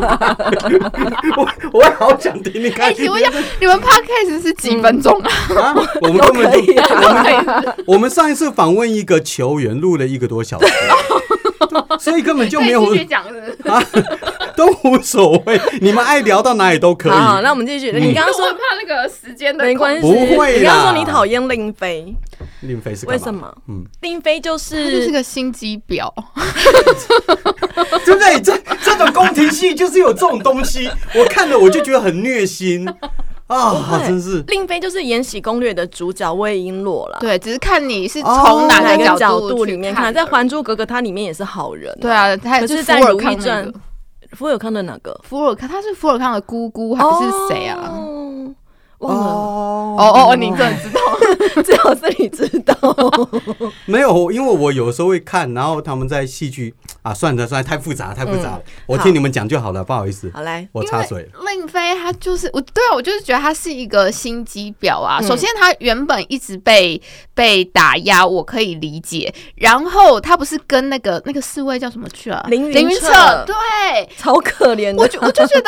S1: 我我也好想听听
S3: 哎、
S1: 看。
S3: 请问一 下，你们 podcast 是几分钟啊？
S1: 啊，我们根本就我
S4: 嗯
S1: 们我们上一次访问一个球员，录了一个多小时，所以根本就
S3: 可
S1: 没
S3: 以
S1: 有
S3: 继续讲是不是？
S1: 啊，都无所谓，你们爱聊到哪里都可以。
S4: 好好，那我们继续。
S1: 嗯
S4: 你刚刚
S3: 我很
S4: 说
S3: 怕那个时间的
S4: 没关系，
S1: 不会啦
S4: 你刚刚说你讨厌令妃，
S1: 令妃是干
S4: 为
S1: 嘛
S4: 什？么？
S1: 嗯，
S4: 令妃就
S3: 他就是
S4: 是
S3: 个心机婊，
S1: 对不对？这这种宫廷戏就是有这种东西，我看了我就觉得很虐心啊，
S4: 对
S1: 真是。
S4: 令妃就是《延禧攻略》的主角魏璎珞啦。
S3: 对，只是看你是
S1: 哦
S3: 从哪
S4: 哪
S3: 个
S4: 个角
S3: 度
S4: 里面
S3: 看，
S4: 看，在《还珠格格》它里面也是好人。
S3: 对，啊，他
S4: 可
S3: 就是
S4: 在
S3: 福尔
S4: 如懿
S3: 康那
S4: 传
S3: 个
S4: 福尔康的哪个？
S3: 福尔康，他是福尔康的姑姑还是谁啊？
S4: 哦？忘了，
S1: 哦
S3: 哦哦哦，你真的知道？
S4: 最好是你知道。
S1: 没有，因为我有时候会看，然后他们在戏剧啊，算了算了，太复杂太复杂了，我
S4: 好
S1: 听你们讲就好了，不好意思，
S4: 嗯好来，
S1: 我插嘴了。
S3: 令妃她就是我，对啊，我就是觉得她是一个心机婊啊。
S4: 嗯
S3: 首先，她原本一直被被打压，我可以理解。然后她不是跟那个那个侍卫叫什么去了？
S4: 凌云
S3: 凌云
S4: 彻
S3: 彻，对，
S4: 超可怜的。
S3: 我就我就觉得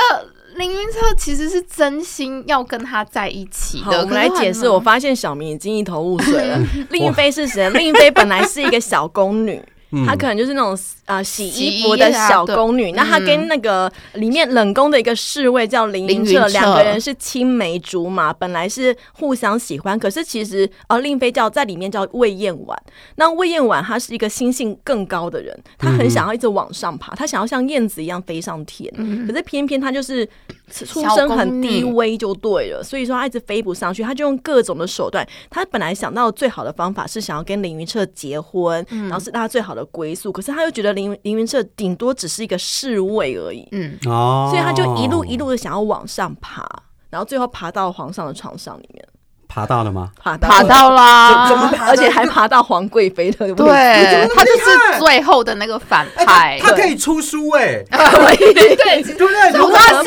S3: 凌云彻其实是真心要跟他在一起
S4: 好，
S3: 的。
S4: 我们来
S3: 可是
S4: 解释。我发现小明已经一头雾水了。令妃是谁？令妃本来是一个小宫女。她可能就是那种呃洗衣服的小宫女，
S3: 洗衣啊
S4: 那
S3: 对
S4: 她跟那个里面冷宫的一个侍卫叫凌云
S3: 凌云彻
S4: 彻，两个人是青梅竹马，本来是互相喜欢，可是其实呃令妃叫在里面叫魏燕婉，那魏燕婉她是一个心性更高的人，她很想要一直往上爬，她想要像燕子一样飞上天，可是偏偏她就是出身很低微就对了，所以说她一直飞不上去，她就用各种的手段。她本来想到最好的方法是想要跟凌云彻结婚，然后是她最好的归宿，可是她又觉得凌凌云彻顶多只是一个侍卫而已，
S3: 嗯，
S1: 哦，
S4: 所以她就一路一路的想要往上爬，然后最后爬到皇上的床上里面，
S1: 爬到了 吗？
S4: 爬到
S3: 爬到 啦，
S4: 而且还爬到皇贵妃的位置。
S3: 对，他就
S1: 厉害
S3: 是最后的那个反派。
S1: 他可以出书哎，
S4: 啊
S3: 对，
S1: 对不对？
S3: 如
S1: 如
S3: 果
S1: 果
S3: 他心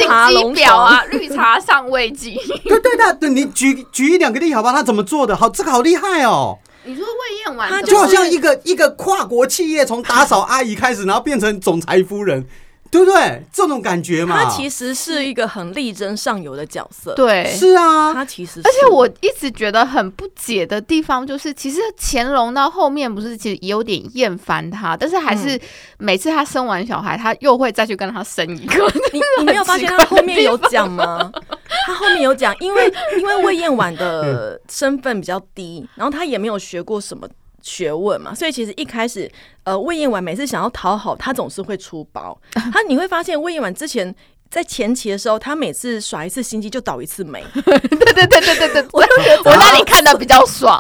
S3: 机婊啊，绿茶上位记。
S1: 对对对对，你举举一两个例好吧？他怎么做的？好，这个好厉害哦！
S3: 你说魏燕婉
S4: 她
S3: 怎
S1: 就
S3: 么
S1: 好
S4: 是
S1: 像一个一个跨国企业从打扫阿姨开始，然后变成总裁夫人，对不对？这种感觉嘛。
S4: 他其实是一个很力争上游的角色。，
S3: 对
S1: 是啊，
S4: 他其实是，
S3: 而且我一直觉得很不解的地方，就是其实乾隆到后面不是其实也有点厌烦他，但是还
S4: 嗯
S3: 是每次他生完小孩，他又会再去跟他生一 个。
S4: 你你没有发现他后面有讲吗？他后面有讲，因为因为魏燕婉的身份比较低，然后他也没有学过什么。学问嘛，所以其实一开始，呃，魏燕婉每次想要讨好他，总是会出 包。他你会发现，魏燕婉之前在前期的时候，他每次耍一次心机就倒一次 霉，
S3: 对对对对对对，我我让你看的比较爽。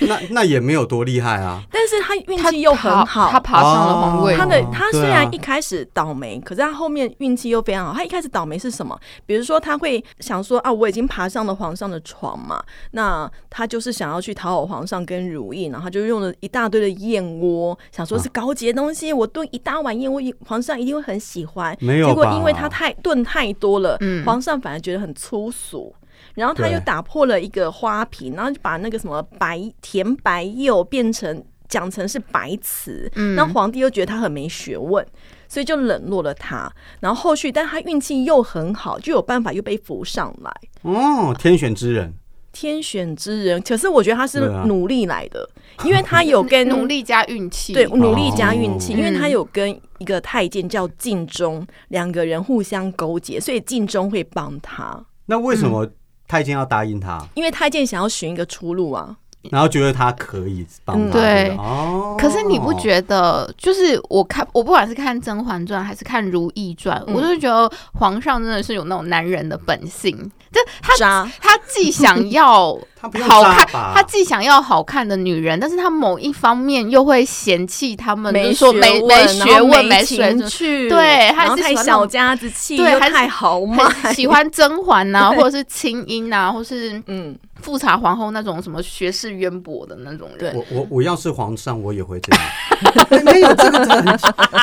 S1: 那那也没有多厉害啊。
S4: 但是 他运气又很好，
S3: 他爬上了皇位
S1: 哦。
S4: 他的他虽
S1: 对啊
S4: 然一开始倒霉，可是他后面运气又非常好。他一开始倒霉是什么？比如说他会想说啊，我已经爬上了皇上的床嘛，那他就是想要去讨好皇上跟如意，然后他就用了一大堆的燕窝，想
S1: 啊
S4: 说是高级的东西，我炖一大碗燕窝，皇上一定会很喜欢。
S1: 没有吧
S4: 结果因为他太炖太多了，
S3: 嗯
S4: 皇上反而觉得很粗俗。然后他
S1: 对
S4: 又打破了一个花瓶，然后就把那个什么白甜白釉变成讲成是白瓷，
S3: 嗯
S4: 那皇帝又觉得他很没学问，所以就冷落了他。然后后续，但他运气又很好，就有办法又被扶上来，
S1: 哦，天选之人，
S4: 天选之人。可是我觉得他是
S1: 对啊
S4: 努力来的，因为他 有跟
S3: 努力嗯加运气，
S4: 对，努力加运气，
S1: 哦
S4: 因为他有跟一个太监叫敬忠，两个人互相勾结，所以敬忠会帮他。
S1: 那为什
S3: 嗯
S1: 么太监要答应他？
S4: 因为太监想要寻一个出路啊，
S1: 然后觉得他可以帮他？
S4: 嗯
S1: 对
S3: 对
S1: 不对哦，
S3: 可可是你不觉得，就是我看我不管是看《甄嬛传》还是看《如懿传》，
S4: 嗯
S3: 我就觉得皇上真的是有那种男人的本性，就他
S4: 渣
S3: 他既想要
S2: 他不用
S3: 好
S2: 渣
S3: 看，
S2: 吧
S3: 他既想要好看的女人，但是他某一方面又会嫌弃他们，就是
S4: 没
S3: 说没
S4: 没
S3: 学问、没水
S4: 情
S3: 准。
S4: 趣，
S3: 对还
S4: 然后
S3: 是喜
S4: 太
S3: 欢那种
S4: 小家子气，
S3: 对
S4: 又
S3: 还是
S4: 太豪迈，
S3: 很 喜欢甄嬛呐、或者是清音呐、或是
S4: 嗯，
S3: 富察皇后那种什么学识渊博的那种人。
S4: 对
S1: 我我我要是皇上，我也会这样。 没有这个很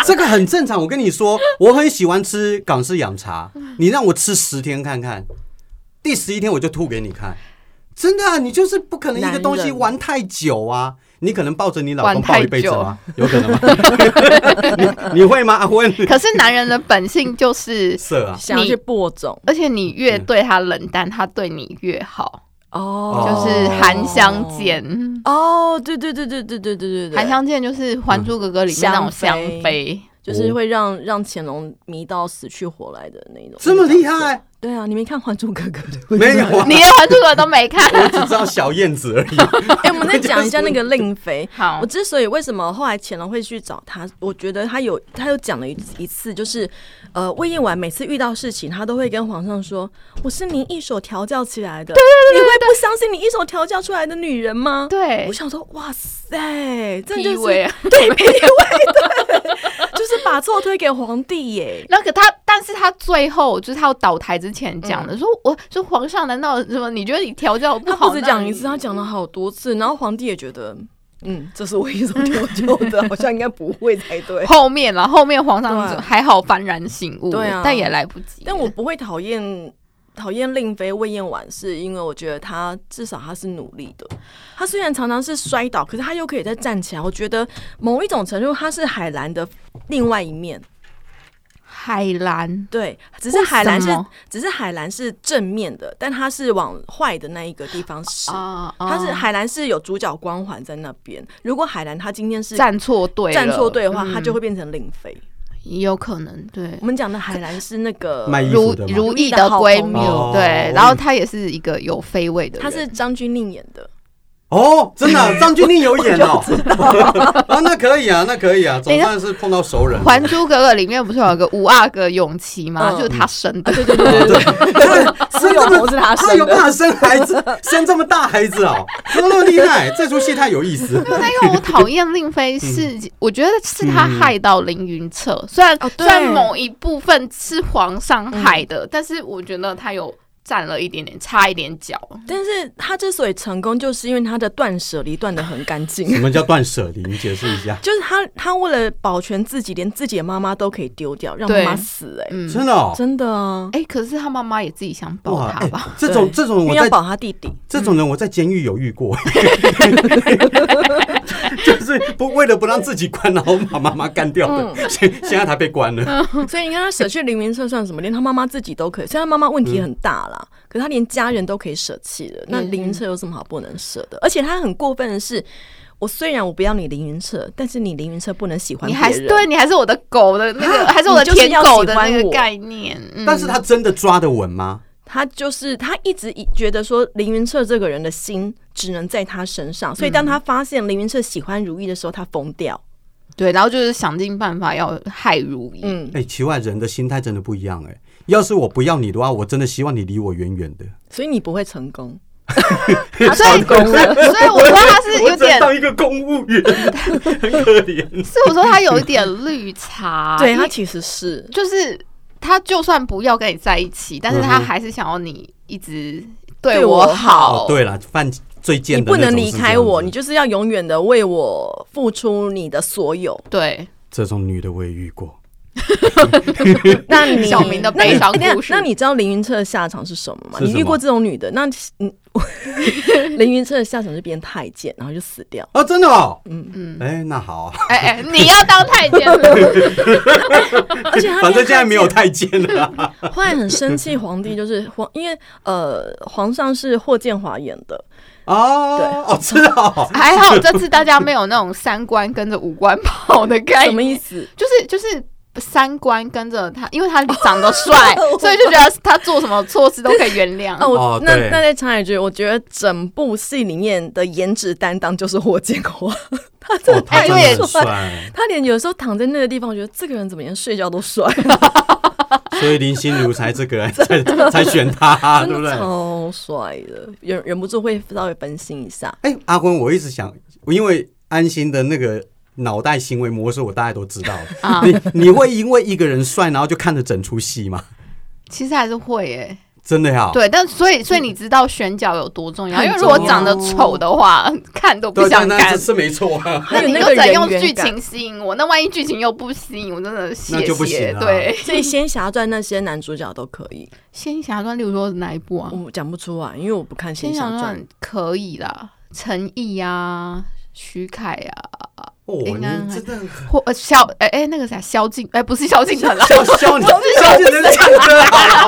S1: 这个很正常。我跟你说，我很喜欢吃港式养茶，你让我吃十天看看，第十一天我就吐给你看。真的啊，你就是不可能一个东
S4: 男
S1: 西
S4: 人
S1: 玩太久啊。你可能抱着你老
S3: 玩
S1: 公抱
S3: 太啊
S1: 一辈子吗？有可 能吗？你你会吗？阿昏
S3: 可是男人的本性 就是，
S1: 色啊，
S4: 想要
S3: 你
S4: 去播种
S3: 而且你越对他冷淡，他对你越好，就
S4: 哦，
S3: 是韩香见。
S4: 哦，对对对对对对对对对，嗯
S3: 韩香见就是《还珠格格》里面那种香
S4: 香
S3: 妃，
S1: 哦
S4: 就是会让让乾隆迷到死去活来的那种，
S1: 这么厉害？
S4: 对啊，你没看《还珠格格》的？
S1: 没有啊，
S3: 你连《还珠格格》都没看。
S1: 我只知道小燕子而已。
S4: 哎、我们再讲一下那个令妃。
S3: 好
S4: 我，之所以为什么后来乾隆会去找他，我觉得他有他有讲了一一次，就是呃魏应婉每次遇到事情，他都会跟皇上说：“我是您一手调教起来的，对对对你会不相信你一手调教出来的女人吗？”
S3: 对
S4: 我，想说，哇塞，这就
S3: PUA
S4: 是
S3: 啊
S4: 对 P 位，对，就是把错推给皇帝耶。
S3: 那个他，但是他最后就是他要倒台之前讲的，说我说皇上，难道什么？你觉得你调教不
S4: 嗯他
S3: 好？
S4: 不止讲一
S3: 那
S4: 次，他讲了好多次，然后皇帝也觉得，嗯，这是我一手 调教的，好像应该不会才对
S3: 你。后面了，后面皇上
S4: 对
S3: 还好幡然醒悟，
S4: 对啊
S3: 但也来不及了。
S4: 但我不会讨厌 讨厌令妃魏嬿婉，是因为我觉得她至少她是努力的。她虽然常常是摔倒，可是她又可以再站起来。我觉得某一种程度，她是海兰的另外一面。
S3: 海兰
S4: 对，只是海兰
S3: 为
S4: 是
S3: 什么
S4: 只是海兰是正面的，但她是往坏的那一个地方使。
S3: 啊，
S4: 她是
S3: 啊
S4: 海兰是有主角光环在那边。如果海兰她今天是
S3: 站错队了，
S4: 站错队的话，
S3: 嗯
S4: 她就会变成令妃。
S3: 有可能对
S4: 我。们讲的海兰是那个
S1: 卖衣
S3: 如
S1: 服的嘛
S3: 如
S4: 如懿
S3: 意
S4: 的
S3: 的
S4: 好
S3: 闺
S4: 朋
S3: 蜜
S1: 友哦，
S3: 对
S1: 我，
S3: 然后
S1: 以
S3: 她也是一个有妃位的人，
S4: 她是张钧甯演的。
S1: 哦，真的啊、张钧甯有演哦， 啊，那可以啊，那可以啊，总算是碰到熟人了。
S3: 《还珠格格》里面不是有一个五阿哥永琪吗？
S4: 嗯
S3: 就是他生的，
S4: 对对对对，
S1: 生这
S4: 有
S1: 么
S4: 猴是他
S1: 他
S4: 生
S1: 有办
S4: 的。
S1: 法生孩子，生这么大孩子哦，怎么那么厉害？这出戏太有意 思。
S3: 但因为我讨厌令妃是，
S4: 嗯
S3: 我觉得是他害到凌云彻。虽然、
S4: 哦
S3: 虽
S4: 对
S3: 然某一部分是皇上害的，但是我觉得他有占了一点点，差一点脚。
S4: 但是他之所以成功，就是因为他的断舍离断的很干
S1: 什
S4: 净。
S1: 么叫断舍离？你解释一下。
S4: 就是他，他为了保全自己，连自己的妈妈都可以丢掉，让妈妈死、哎、
S3: 嗯，
S1: 真的哦，
S4: 真的啊，
S3: 哎、可是他妈妈也自己想保
S1: 哇，
S3: 他
S1: 哎
S3: 吧？
S1: 这种
S4: 对
S1: 这种
S4: 因为
S1: 我
S4: 要嗯
S1: 在
S4: 保他弟 弟。
S1: 这种人我在监狱有遇过， 就是不为了不让自己关，然后把妈妈干掉
S4: 嗯
S1: 的，现现在他被关了。
S4: 所以你看，他舍去凌云彻算什么？连他妈妈自己都可以。虽然他妈妈问题很大啦，
S1: 嗯
S4: 可是他连家人都可以舍弃了。那凌云彻有什么好不能舍的？而且他很过分的是，我虽然我不要你凌云彻，但是你凌云彻不能喜欢
S3: 你
S4: 别
S3: 还是
S4: 人。
S3: 对你还是我的狗的那个，还是我的
S4: 你就是
S3: 舔
S4: 要
S3: 狗的
S4: 喜欢
S3: 那个
S4: 我
S3: 概念。嗯、
S1: 但是他真的抓得稳吗？
S4: 他就是他一直以觉得说凌云彻这个人的心只能在他身上，所以当他发现凌云彻喜欢如意的时候，他疯掉。
S3: 对，然后就是想尽办法要害如意。
S4: 嗯，
S1: 哎、奇怪，人的心态真的不一样哎、要是我不要你的话，我真的希望你离我远远的。
S4: 所以你不会成 功。
S3: 所以，所以我说他是有
S1: 我只能
S3: 点，
S1: 当一个公务员，很可怜。
S3: 所以我说他有一点绿茶。
S4: 对他其实是
S3: 就是他就算不要跟你在一起，但是他
S1: 嗯哼
S3: 还是想要你一直对
S4: 对
S3: 我
S4: 我
S3: 好。
S1: 哦，对了，犯最
S4: 你
S1: 贱的
S4: 不
S1: 那
S4: 能
S1: 种
S4: 离
S1: 是
S4: 开
S1: 这样
S4: 我，
S1: 子
S4: 你就是要永远的为我付出你的所有。
S3: 对
S1: 这种女的我也遇过，
S4: 那你
S3: 小明的悲伤
S4: 哎那你
S3: 故事
S4: 嗯那你知道凌云彻的下场是什么吗？
S1: 是什么
S4: 你遇过这种女的？那 嗯，凌云彻的下场就变太监，然后就死掉。
S1: 啊，真的哦，嗯嗯，哎，那好啊，
S3: 哎哎，你要当太监了，
S4: 而且他
S1: 反正
S4: 变
S1: 现在
S4: 太
S1: 没有太监了啊，
S4: 后来很生气，皇帝就是皇，因为呃，皇上是霍建华演的，
S1: 哦，哦，知道，
S3: 还好这次大家没有那种三观跟着五官跑的概
S4: 什么意
S3: 念，
S4: 思？
S3: 就是就是三观跟着他，因为他长得 帅，所以就觉得他做什么错事都可以原谅。
S4: 哦，我
S1: 哦
S4: 那
S1: 对
S4: 那再插一句，我觉得整部戏里面的颜值担当就是霍建华，他真的
S1: 哦，他
S4: 太
S1: 真
S3: 哎因为
S1: 的很帅，
S4: 他连有时候躺在那个地方，我觉得这个人怎么连睡觉都帅，
S1: 所以林心如才这个才才选 他，啊对不
S4: 真的
S1: 对？
S4: 超帅的，忍忍不住会稍微分心一下。
S1: 哎、阿坤，我一直想，因为安心的那个脑袋行为模式，我大概都知道了。
S3: 啊
S1: 你你会因为一个人帅，然后就看着整出戏吗？
S3: 其实还是会诶、
S1: 真的呀、
S3: 对，但所以所以你知道选角有多重要，
S4: 很
S3: 因为如果
S4: 重要
S3: 长得丑的
S1: 哦
S3: 话， 看都不想看。
S1: 啊是没错 啊。
S4: 还有
S3: 你
S4: 那
S3: 又
S4: 个
S3: 怎
S4: 人
S3: 用剧
S4: 缘感。
S3: 情吸引我？那万一剧情又不吸引我，真的谢
S1: 那就不
S3: 谢。
S1: 行啊
S3: 对，
S4: 所以《仙侠传》那些男主角都可以，
S3: 仙侠传，例如说是哪一部啊？
S4: 我讲不出来，因为我不看《仙
S3: 仙
S4: 侠
S3: 侠
S4: 传》。
S3: 传可以啦，陈毅啊，徐凯啊，
S1: 哦，
S3: 应该
S1: 你真的很
S3: 或呃萧哎哎那个啥萧敬哎不是萧敬腾啦，
S1: 笑笑你，笑你能唱歌啊！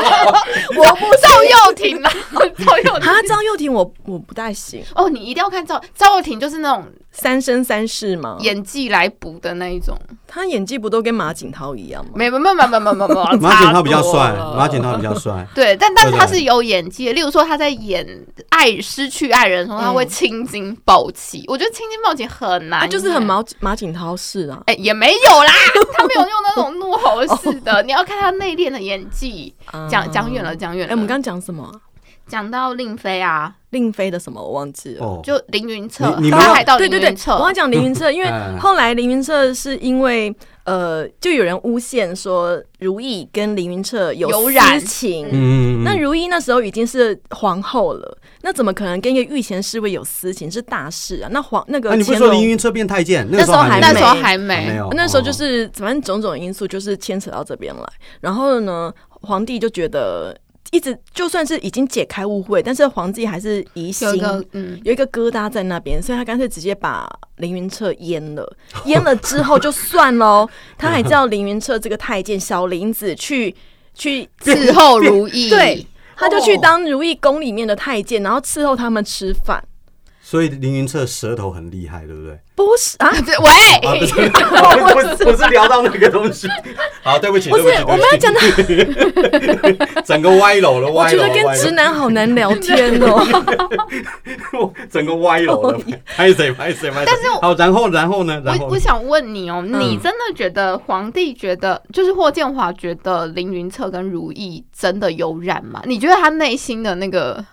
S3: 我不赵又廷啦， 赵又廷
S4: 啊，张幼廷我我不太行，
S3: 哦，你一定要看赵赵又廷，就是那种
S4: 三生三世嘛，
S3: 演技来补的那一种。
S4: 他演技不都跟马景涛一样吗？
S3: 没没没没没没没没，
S1: 马景涛比较
S3: 差多
S1: 帅，
S3: 了
S1: 马景涛比较帅。
S3: 对，但但是
S1: 对
S3: 他
S1: 对
S3: 是有演技的，例如说他在演爱失去爱人的时候，他会青筋暴起。我觉得青筋暴起很难
S4: 他
S3: 演，
S4: 嗯啊就是很马马景涛式啊。
S3: 哎、也没有啦，他没有用那种怒吼式 的，
S4: 哦
S3: 你要看他内敛的演技。讲讲远了，讲远
S4: 哎、
S3: 了。
S4: 我们刚刚讲什么啊？
S3: 讲到令妃啊，
S4: 令妃的什么我忘记了。
S1: 哦，
S3: 就凌云彻，
S1: 你你们
S3: 他
S1: 要
S3: 还到
S4: 对
S3: 凌
S4: 对对
S3: 云，彻
S4: 我要讲凌 云彻，因为
S1: 哎
S4: 后来凌云彻是因为呃，就有人诬陷说如懿跟凌云彻有
S3: 有染
S4: 私情。
S1: 嗯，
S4: 那如懿那时候已经是皇后了，那怎么可能跟一个御前侍卫有私情？是大事啊！那皇那
S1: 啊，
S4: 个
S1: 你不
S4: 乾
S1: 是说凌
S4: 隆
S1: 云车变太监？那
S4: 那
S1: 个时
S4: 时候
S1: 候还
S4: 还
S3: 那时候
S4: 没
S3: 还
S1: 没
S3: 没。
S1: 有，啊
S4: 那时候就
S1: 哦
S4: 是反正种种因素就是牵扯到这边来，然后呢，皇帝就觉得一直就算是已经解开误会，但是皇帝还是疑心
S3: 有一。个嗯，
S4: 有一个疙瘩在那边，所以他干脆直接把凌云彻阉了。阉了之后就算喽，他还叫凌云彻这个太监小林子去去
S1: 哦
S3: 伺候如意，
S4: 对，他就去当如意宫里面的太监，然后伺候他们吃饭。
S1: 所以凌云彻舌头很厉害，对不对？
S4: 不是啊，
S3: 这喂，
S1: 啊，不是， 我我是聊到那个东西。好，对不起，
S4: 不是
S1: 对起
S4: 我们要讲，
S1: 对不起 整个歪楼了，
S4: 我
S1: 歪
S4: 觉
S1: 楼
S4: 得
S1: 了，
S4: 跟
S1: 歪楼
S4: 直男好难聊天哦。
S1: 了 整个歪楼 了，拍谁拍谁拍谁。
S3: 但是我
S1: 好，然后然后呢？然
S3: 我
S1: 后
S3: 我想问你哦，你
S4: 嗯
S3: 真的觉得皇帝觉得就是霍建华觉得凌云彻跟如懿真的有染吗？你觉得他内心的那个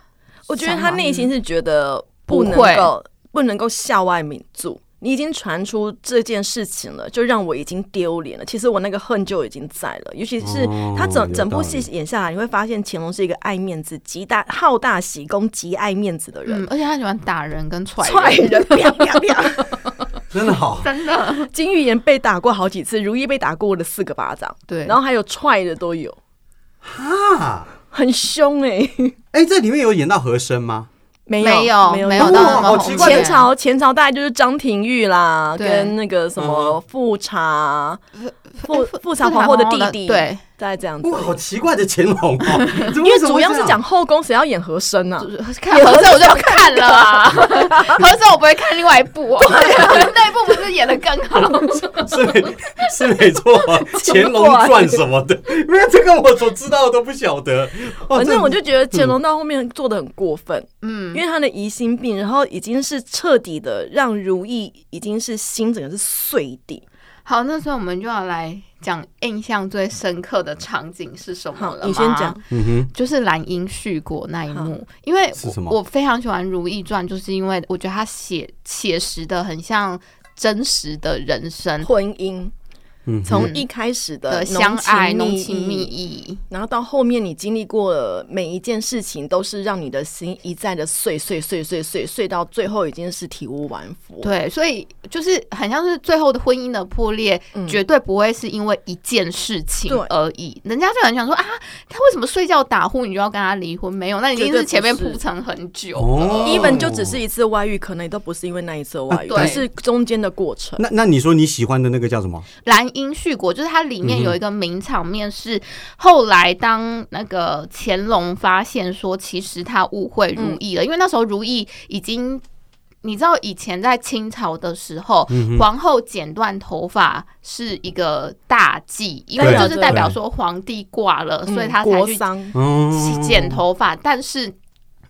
S4: 我觉得他内心是觉得
S3: 不
S4: 不
S3: 会
S4: 能够不能够校外民族，你已经传出这件事情了，就让我已经丢脸了。其实我那个恨就已经在了，尤其是
S1: 哦
S4: 他整、
S1: 有
S4: 整部
S1: 道
S4: 戏
S1: 理
S4: 演下来，你会发现乾隆是一个爱面子、极大好大喜功、极爱面子的人
S3: 嗯，。而且他喜欢打人跟踹
S4: 踹
S3: 人，
S4: 人，啪啪啪！
S1: 真的好，
S3: 真的
S4: 金玉妍被打过好几次，如意被打过了四个巴掌，
S3: 对。
S4: 然后还有踹的都有，
S1: 啊，
S4: 很凶哎、
S1: 哎，这里面有演到和声吗？
S4: 没
S3: 没有
S4: 有没
S3: 有
S1: 哦
S3: 到那么
S1: 好
S3: 红
S1: 奇怪
S4: 前
S3: 前朝
S4: 朝前朝大概就是张廷玉啦，
S3: 对
S4: 跟那个什么富察富富察皇后的弟弟，
S3: 对，
S4: 大概这样子。
S1: 哇，好奇怪的乾隆 哦，怎么
S4: 因为
S1: 为什么
S4: 主
S1: 会
S4: 要
S1: 这
S4: 是
S1: 样
S4: 讲后宫，谁要演和珅啊？
S3: 看和珅我就不看了啊，和珅我不会看另外一部哦，
S4: 啊
S3: 那一部不是演的更好？
S1: 是没是没 错，乾隆传什么的，因为这个我所知道的都不晓得。哦
S4: 反正
S1: 这
S4: 我就觉得乾隆到后面做的很过分，
S3: 嗯
S4: 因，为他的疑心病，然后已经是彻底的让如意已经是心整个是碎地。
S3: 好，那所以我们就要来讲印象最深刻的场景是什么
S4: 好，
S3: 了。
S4: 你先讲，，
S1: 嗯哼，
S3: 就是兰因絮果那一幕，因为
S1: 是什么
S3: 我我非常喜欢《如懿传》，就是因为我觉得它写写实的很像真实的人生
S4: 婚姻
S1: 嗯哼
S4: 从一开始
S3: 的
S4: 的
S3: 相爱、浓
S4: 浓
S3: 情
S4: 情
S3: 蜜
S4: 蜜意。
S3: 意。
S4: 然后到后面，你经历过了每一件事情，都是让你的心一再的碎碎碎碎碎碎，到最后已经是体无完肤。
S3: 对，所以就是很像是最后的婚姻的破裂，
S4: 嗯
S3: 绝对不会是因为一件事情
S4: 对
S3: 而已。人家就很想说啊，他为什么睡觉打呼你就要跟他离婚？没有，那一定
S4: 绝对
S3: 是
S4: 不
S3: 前面
S4: 是
S3: 铺陈很久。
S1: 哦
S4: even 就只是一次外遇，可能也都不是因为那一次的外遇，
S3: 啊对
S4: 而是中间的过程。
S1: 那那你说你喜欢的那个叫什么？
S3: 兰因絮果，就是它里
S4: 嗯
S3: 面有一个名场面是后来当那个
S4: 嗯
S3: 乾隆发现说，其实他误会如意了，因为那时候如意已经你知道以前在清朝的时候，
S4: 嗯
S3: 皇后剪断头发是一个大忌，因为
S1: 对
S3: 就是代表
S1: 对
S3: 说皇帝挂了，所以
S4: 啊嗯
S3: 他才
S4: 国
S3: 去
S4: 丧，
S1: 嗯，
S3: 剪头发，但是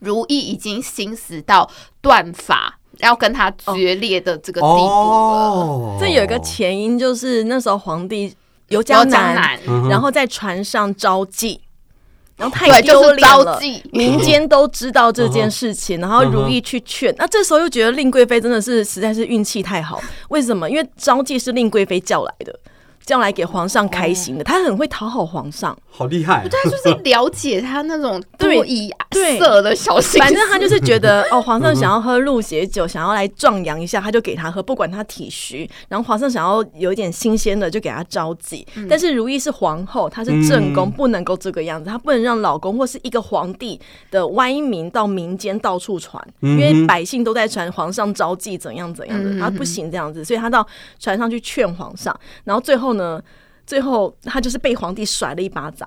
S3: 如意已经心死到断发，要跟他决裂的这个地步啊了。
S1: 哦，
S4: 这有一个前因，就是那时候皇帝有
S3: 然
S4: 江
S3: 后江南，
S1: 嗯哼
S4: 然后在船上招妓，然后太
S3: 对，就
S4: 丢
S3: 是
S4: 脸
S3: 招
S4: 了。嗯
S3: 妓。
S4: 民间都知道这件事情，然后如意去劝，那这时候又觉得令贵妃真的是实在是运气太好，为什么？因为招妓是令贵妃叫来的，叫来给皇上开心的，她很会讨好皇上。
S1: 好厉害，
S3: 他就是了解他那种
S4: 对
S3: 多疑
S4: 对
S3: 色的小心思，
S4: 反正他就是 觉得哦，皇上想要喝鹿血酒，想要来壮阳一下，他就给他喝，不管他体虚。然后皇上想要有一点新鲜的，就给他招妓。
S3: 嗯
S4: 但是如意是皇后，她是正宫，
S1: 嗯
S4: 不能够这个样子，她不能让老公或是一个皇帝的歪民到民间到处传，因为百姓都在传皇上招妓怎样怎样
S3: 嗯
S4: 的，
S3: 嗯
S4: 她不行这样子，所以她到船上去劝皇上，然后最后呢，最后她就是被皇帝甩了一巴掌。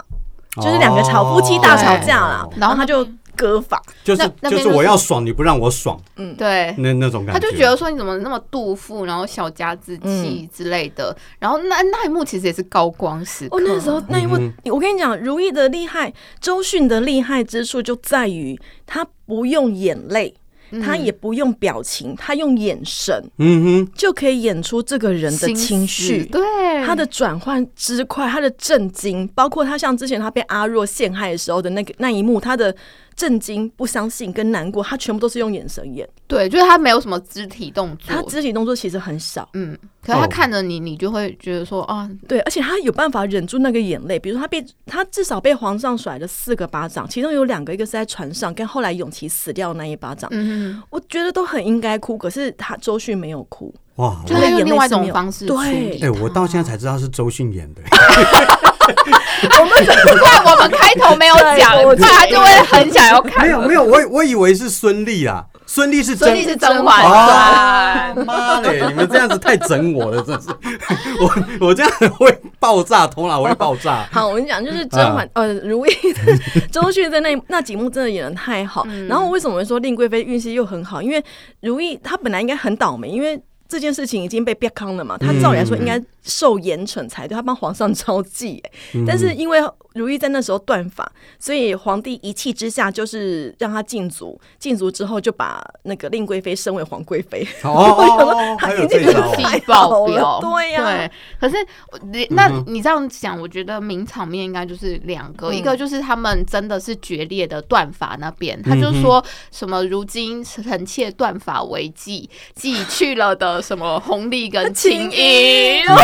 S4: 就是两个吵夫妻大吵架啦
S1: 哦，
S3: 哦对
S4: 然后他就割发，
S1: 就是
S3: 那那
S1: 就
S3: 边
S1: 是
S3: 就是
S1: 我要爽，你不让我爽，
S3: 对。
S1: 那那种感
S3: 他
S1: 觉，
S3: 就觉得说你怎么那么妒妇，然后小家子
S4: 嗯
S3: 气之类的，然后那那一幕其实也是高光时刻。
S4: 哦，那时候那一幕，我跟你讲，如意的厉害，周迅的厉害之处就在于她不用眼泪，
S3: 嗯
S4: 她也不用表情，她用眼神
S1: 嗯
S4: 就可以演出这个人的
S3: 心思
S4: 情绪。
S3: 对
S4: 她的转换之快，她的震惊，包括她像之前她被阿若陷害的时候的那个那一幕，她的震惊、不相信跟难过，她全部都是用眼神演。
S3: 对，就是他没有什么肢体动作
S4: 她，肢体动作其实很少，
S3: 嗯，可是他
S1: 哦
S3: 看着你，你就会觉得说啊，
S4: 对，而且他有办法忍住那个眼泪，比如他被他至少被皇上甩了四个巴掌，其中有两个，一个是在船上，跟后来永琪死掉的那一巴掌，
S3: 嗯，
S4: 我觉得都很应该哭，可是他周迅没有哭，
S1: 哼，哇，
S3: 就是他用另外一
S4: 眼泪是没
S3: 种
S4: 有
S3: 方式处
S4: 对
S3: 理
S1: 哎，
S3: 它。
S1: 我 到现在才知道是周迅演的，
S3: 怪我们开头没有讲，
S4: 对我
S3: 不然他就会很想要看。
S1: 没有没有，我我以为是孙俪啊，孙俪是
S3: 所
S1: 真
S3: 以是甄嬛
S1: 哦
S4: 啊
S3: 传，
S1: 妈嘞！你们这样子太整我了，真是 我我这样会爆炸，头脑会爆炸。
S4: 好，我跟你讲，就是甄嬛、呃如意的周迅在那那几幕真的演的太好。然后为什么会说令贵妃运气又很好？因为如意她本来应该很倒霉，因为。这件事情已经被逼康了嘛？她照理来说应该受严惩才对，她帮皇上招妓、欸但是因为如意在那时候断发，所以皇帝一气之下就是让她禁足，禁足之后就把那个令贵妃升为皇贵妃。
S1: 哦哦，哦还有这一招，
S3: 气爆表，嗯
S4: 对呀
S3: 对。可是我你那你这样讲，我觉得名场面应该就是两个，
S4: 嗯
S3: 一个就是他们真的是决裂的断法那边，他就说什么如今臣妾断法为妓，寄去了的什么红利跟青衣，红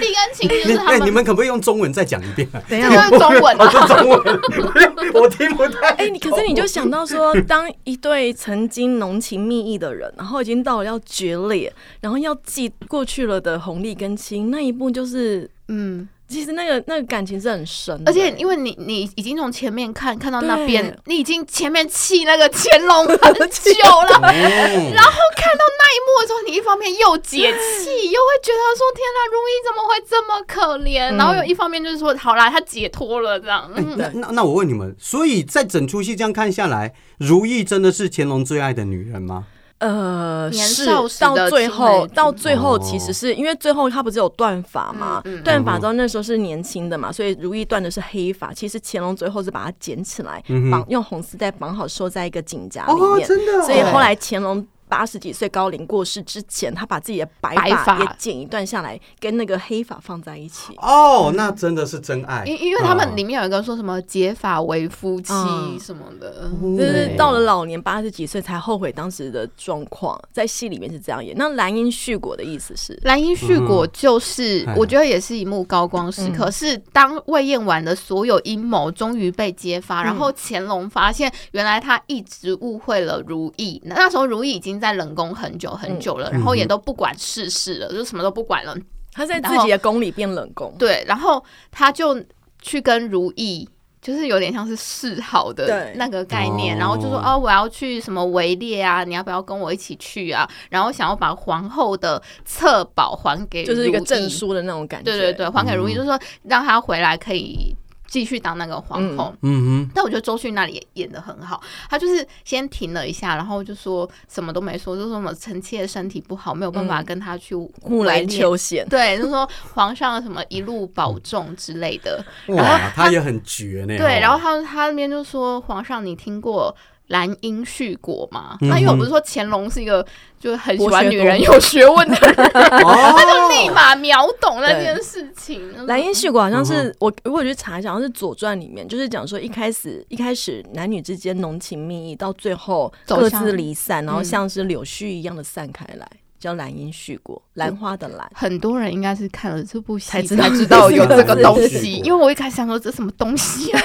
S3: 利跟青衣就
S1: 你
S3: 是他
S1: 哎，你
S3: 们。
S1: 们可不可以用中文再讲一遍啊？
S4: 等一
S3: 这
S4: 下，
S3: 就是中文
S1: 哦，
S3: 啊，
S1: 这中文 我听不太。
S4: 哎、你可是你就想到 说，当一对曾经浓情蜜意的人，然后已经到了要决裂，然后要寄过去了的红利跟青，那一步就是，
S3: 嗯，
S4: 其实那个那个感情是很深的，
S3: 而且因为你你已经从前面看看到那边，你已经前面气那个乾隆很久了，
S1: 嗯
S3: 然后看到那一幕的时候，你一方面又解气，又会觉得说天哪，如意怎么会这么可怜？
S4: 嗯
S3: 然后有一方面就是说，好啦，他解脱了这样。嗯
S1: 那那那我问你们，所以在整出戏这样看下来，如懿真的是乾隆最爱的女人吗？
S4: 呃，
S3: 年
S4: 是
S3: 少时的
S4: 到最
S3: 青
S4: 后，
S3: 梅竹
S4: 到最后
S1: 哦
S4: 其实是因为最后他不是有断发嘛
S3: 嗯嗯，
S4: 断发之后那时候是年轻的嘛，所以如意断的是黑发，其实乾隆最后是把它剪起来，绑用红丝带绑好，收在一个锦夹里面，
S1: 的嗯哦
S4: 啊所以后来乾隆八十几岁高龄过世之前，他把自己的白
S3: 白
S4: 发
S3: 发
S4: 也剪一段下来，跟那个黑发放在一起。
S1: 哦，那真的是真爱，哦
S3: 因因为他们里面有一个说什么结发为夫妻
S4: 嗯
S3: 什么的，
S4: 就是
S1: 对
S4: 到了老年八十几岁才后悔当时的状况，在戏里面是这样演。那兰因絮果的意思是，
S3: 兰因絮果就是，
S1: 嗯
S3: 我觉得也是一幕高光时刻，是当魏燕婉的所有阴谋终于被揭发，然后乾隆发现原来他一直误会了如意，那那时候如意已经在冷宫很久很久了，然后也都不管世事了，就什么都不管了，
S4: 他在
S3: 然
S4: 自
S3: 后
S4: 己的宫里变冷宫。
S3: 对，然后他就去跟如意。就是有点像是示好的
S4: 对
S3: 那个概念，
S1: 哦
S3: 然后就说哦，我要去什么围猎啊，你要不要跟我一起去啊？然后想要把皇后的册宝还给
S4: 就是一个
S3: 如意
S4: 证书的那种感觉，
S3: 对对对，还给如意，就是说让他回来可以继续当那个皇后。
S1: 嗯哼，
S3: 但我觉得周迅那里也演的很好，她就是先停了一下，然后就说什么都没说，就说什么臣妾身体不好，没有办法跟她去
S4: 嗯木兰
S3: 会面
S4: 秋弦，
S3: 对，就说皇上什么一路保重之类的。
S1: 哇，他也很绝呢。
S3: 对，
S1: 哦
S3: 然后他他那边就说：“皇上，你听过兰因絮果吗？”那因为我不是说乾隆是一个就是很喜欢女人有学问的人，
S1: 哦
S3: 他就立马秒懂那件事情。就是
S4: 莱茵戏果好像是我，如果去查一下，好像是《左传》里面，就是讲说一开始一开始男女之间浓情蜜意，到最后
S3: 走
S4: 各
S3: 向
S4: 自离散，然后
S3: 嗯
S4: 像是柳絮一样的散开来，叫兰因絮果，兰花的兰。
S3: 很多人应该是看了这部戏
S4: 才
S3: 才
S4: 知道
S3: 知道有这个东
S1: 是是是
S3: 西，因为我一开始想说这什么东西啊，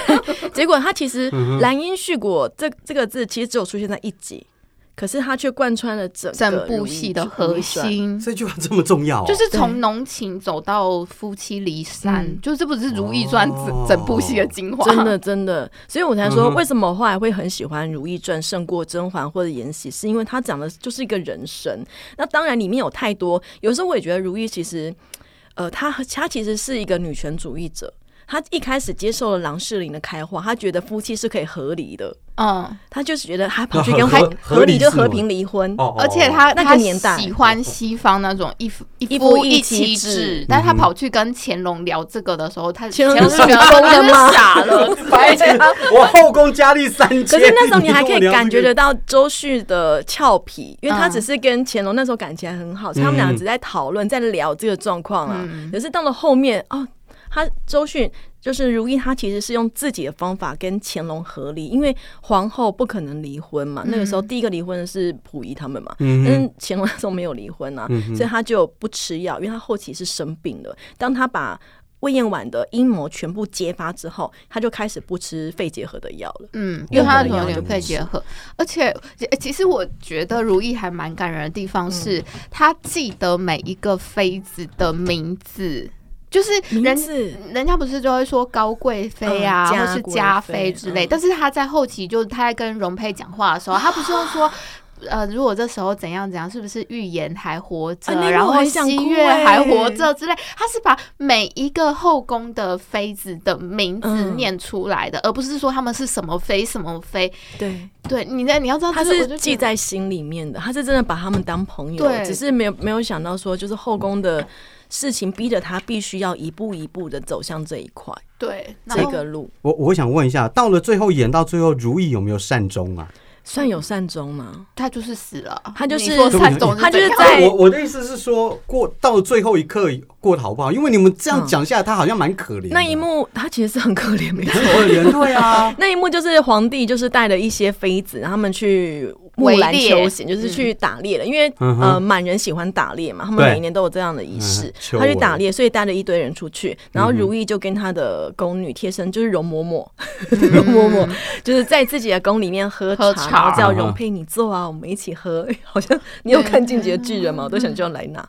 S4: 结果它其实“兰因絮果”这这个字其实只有出现在一集，可是它却贯穿了整个
S3: 整
S4: 如
S3: 部
S4: 懿
S3: 戏的
S4: 传
S3: 核。
S4: 啊
S3: 心。
S1: 这句话这么重要哦，
S3: 就是从浓情走到夫妻离散
S4: 嗯，
S3: 就这不只是《如懿传》
S1: 哦
S3: 整整部戏的精华，
S4: 真的真的，所以我才
S1: 嗯
S4: 说
S1: 哼
S4: 为什么后来会很喜欢《如懿传》胜过《甄嬛》或者《延禧》，是因为它讲的就是一个人生。那当然里面有太多，有时候我也觉得如懿其实，呃，她她其实是一个女权主义者。她一开始接受了郎世宁的开化，她觉得夫妻是可以和离的，
S3: 嗯，
S4: 她就是觉得她跑去跟
S1: 和
S4: 和
S1: 和
S4: 和离
S1: 离
S4: 就是
S1: 什么
S4: 和平离婚。
S1: 哦，哦
S3: 而且他
S4: 那个
S3: 他
S4: 年代
S3: 喜欢西方那种一夫一
S4: 一夫
S3: 一
S4: 一
S3: 妻
S4: 妻
S3: 制
S4: 制，嗯
S3: 但他跑去跟乾隆聊这个的时候，他
S4: 乾隆
S3: 隆
S4: 是
S3: 觉得
S4: 疯了
S3: 他
S4: 吗
S3: 是傻 了，啊
S1: 白天我后宫佳丽三 千，
S4: 可是那时候你还可以
S1: 跟我聊这个
S4: 感觉得到周旭的俏皮，因为他
S3: 嗯
S4: 只是跟乾隆那时候感情还很好，所以他
S1: 嗯
S4: 们俩只在讨论、在聊这个状况啊。可是到了后面哦，他周迅就是如懿，她其实是用自己的方法跟乾隆和离，因为皇后不可能离
S1: 嗯
S4: 婚嘛。那个时候第一个离婚的是溥仪他们嘛，但是乾隆那时候没有离婚
S1: 嗯
S4: 啊，所以他就不吃药，因为他后期是生病了。当他把魏延婉的阴谋全部揭发之后，他就开始不吃肺结核的药了。
S3: 嗯，因为他的
S4: 我
S3: 有
S4: 们
S3: 点
S4: 要
S3: 肺结核，而且其其实我觉得如懿还蛮感人的地方是，她记得每一个妃子的名字，就是人
S4: 名字
S3: 人家不是就会说高贵妃啊，
S4: 嗯
S3: 或是嘉妃
S4: 嘉贵妃
S3: 之类，
S4: 嗯
S3: 但是她在后期就是她在跟容佩讲话的时候，她不是又 说。呃，如果这时候怎样怎样，是不是预言还活着，
S4: 啊那个
S3: 然
S4: 我
S3: 后
S4: 很想
S3: 西
S4: 哭
S3: 月
S4: 欸
S3: 还活着之类？她是把每一个后宫的妃子的名字
S4: 嗯
S3: 念出来的，而不是说他们是什么妃什么妃。
S4: 对，
S3: 对，你在你要知道，
S4: 他
S3: 就是我
S4: 是
S3: 就
S4: 记
S3: 觉得
S4: 在心里面的，他是真的把他们当朋友
S3: 对，
S4: 只是没有没有想到说，就是后宫的事情逼着他必须要一步一步的走向这一块
S3: 对
S4: 这
S3: 然后
S4: 个路，
S1: 我我想问一下，到了最后演到最后，如懿有没有善终啊？
S4: 算有善终吗？
S3: 他就是死了，
S4: 他就是
S3: 你说
S1: 对
S3: 善终
S4: 他就是
S3: 怎样
S4: 在
S1: 我我的意思是说，过到最后一刻过得好不好？因为你们这样讲下来，他好像蛮可怜的。
S4: 那一幕他其实是很可怜，没错
S1: 很。可怜，对 啊，
S4: 那一幕就是皇帝就是带了一些妃子，然后他们去木兰秋行，
S3: 嗯
S4: 就是去打猎了，因为、
S1: 嗯哼
S4: 呃满人喜欢打猎嘛，他们
S1: 对
S4: 每年都有这样的仪式
S1: 嗯，秋
S4: 他去
S1: 围
S4: 打猎，所以带了一堆人出去，
S1: 嗯
S4: 然后如意就跟她的宫女贴身就是容嬷嬷， 容嬷嬷 就是在自己的宫里面喝茶，
S3: 喝茶
S4: 然后叫容
S1: 嗯
S4: 佩你坐啊，我们一起喝， 好像你有看《进击的巨人》
S3: 嗯
S4: 吗？我都想叫莱纳。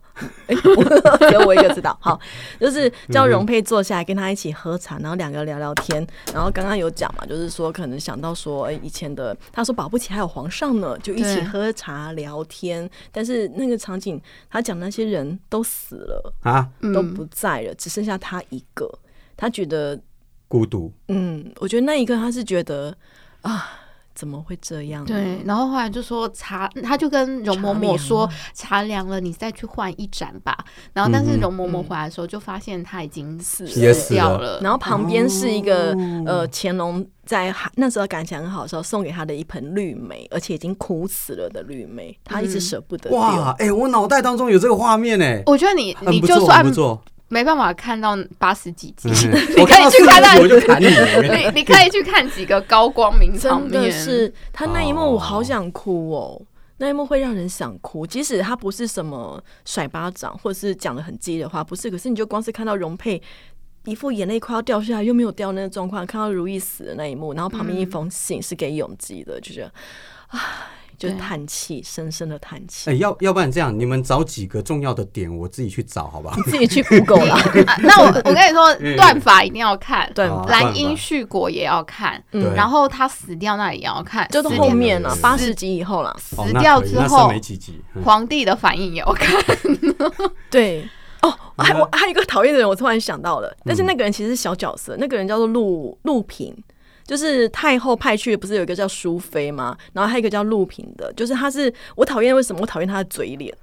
S4: 哎，我 只有我一个知道。好，就是叫容佩坐下来跟他一起喝茶，然后两个聊聊天。然后刚刚有讲嘛，就是说可能想到说，哎，以前的他说保不齐还有皇上呢，就一起
S3: 对
S4: 喝茶聊天。但是那个场景，他讲那些人都死了，
S1: 啊，
S4: 都
S3: 嗯
S4: 不在了，只剩下他一个。他觉得，
S1: 孤独。
S4: 嗯，我觉得那一刻他是觉得啊，怎么会这
S1: 嗯
S4: 样？
S3: 对，然后后来就说茶，他就跟容嬷嬷说茶凉了，你再去换一盏吧。然后，但是容嬷嬷回来的时候，就发现他已经死
S1: 也嗯死
S3: 掉
S1: 了
S3: 了。
S4: 然后旁边是一个、呃乾隆在哈那时候感情很好的时候送给他的一盆绿梅，而且已经枯死了的绿梅，他一直舍不得丢。
S1: 哇，哎、我脑袋当中有这个画面哎、
S3: 我觉得你
S1: 很
S3: 哦你
S1: 不
S3: 就
S1: 错，
S3: 算
S1: 很不 错。嗯
S3: 没办法看到八十几集，
S1: 我
S3: 可以
S1: 到
S3: 去
S1: 四
S3: 看
S1: 十
S3: 看
S1: 我就砍你。我跟你
S3: 你你可以去看几个高光 明场
S4: 真的
S3: 面，
S4: 是他那一幕，
S1: 哦
S4: 我好想哭哦。那一幕会让人想哭，即使他不是什么甩巴掌，或者是讲的很激烈的话，不是。可是你就光是看到容佩一副眼泪快要掉下来又没有掉那个状况，看到如意死的那一幕，然后旁边一封信是给永基的，就觉得，唉，就
S3: 对
S4: 叹气，深深的叹 气
S1: 哎、。要要不然这样，你们找几个重要的点，我自己去找，好不好？
S4: 你自己去 Google 啦。
S3: 啊 那我我跟你说，断法一定要看，
S4: 对，
S1: 好
S3: 兰因絮果也要看，
S1: 对
S3: 然后他死掉那里也要看，
S4: 嗯就是
S3: 死
S4: 后
S3: 掉
S4: 面了
S1: 是，
S4: 八十集以后了。
S1: 哦
S3: 死
S1: 那
S3: 掉
S1: 可以
S3: 之
S1: 那
S3: 后
S1: 剩没，几集。嗯
S3: 皇帝的反应也要看。
S4: 对，哦，还我还有一个讨厌的人，我突然想到了，但是那个人其实是小角色，那个人叫做陆陆平。就是太后派去，不是有一个叫淑妃吗？然后还有一个叫陆平的，就是他是我讨厌为什么我讨厌他的嘴脸，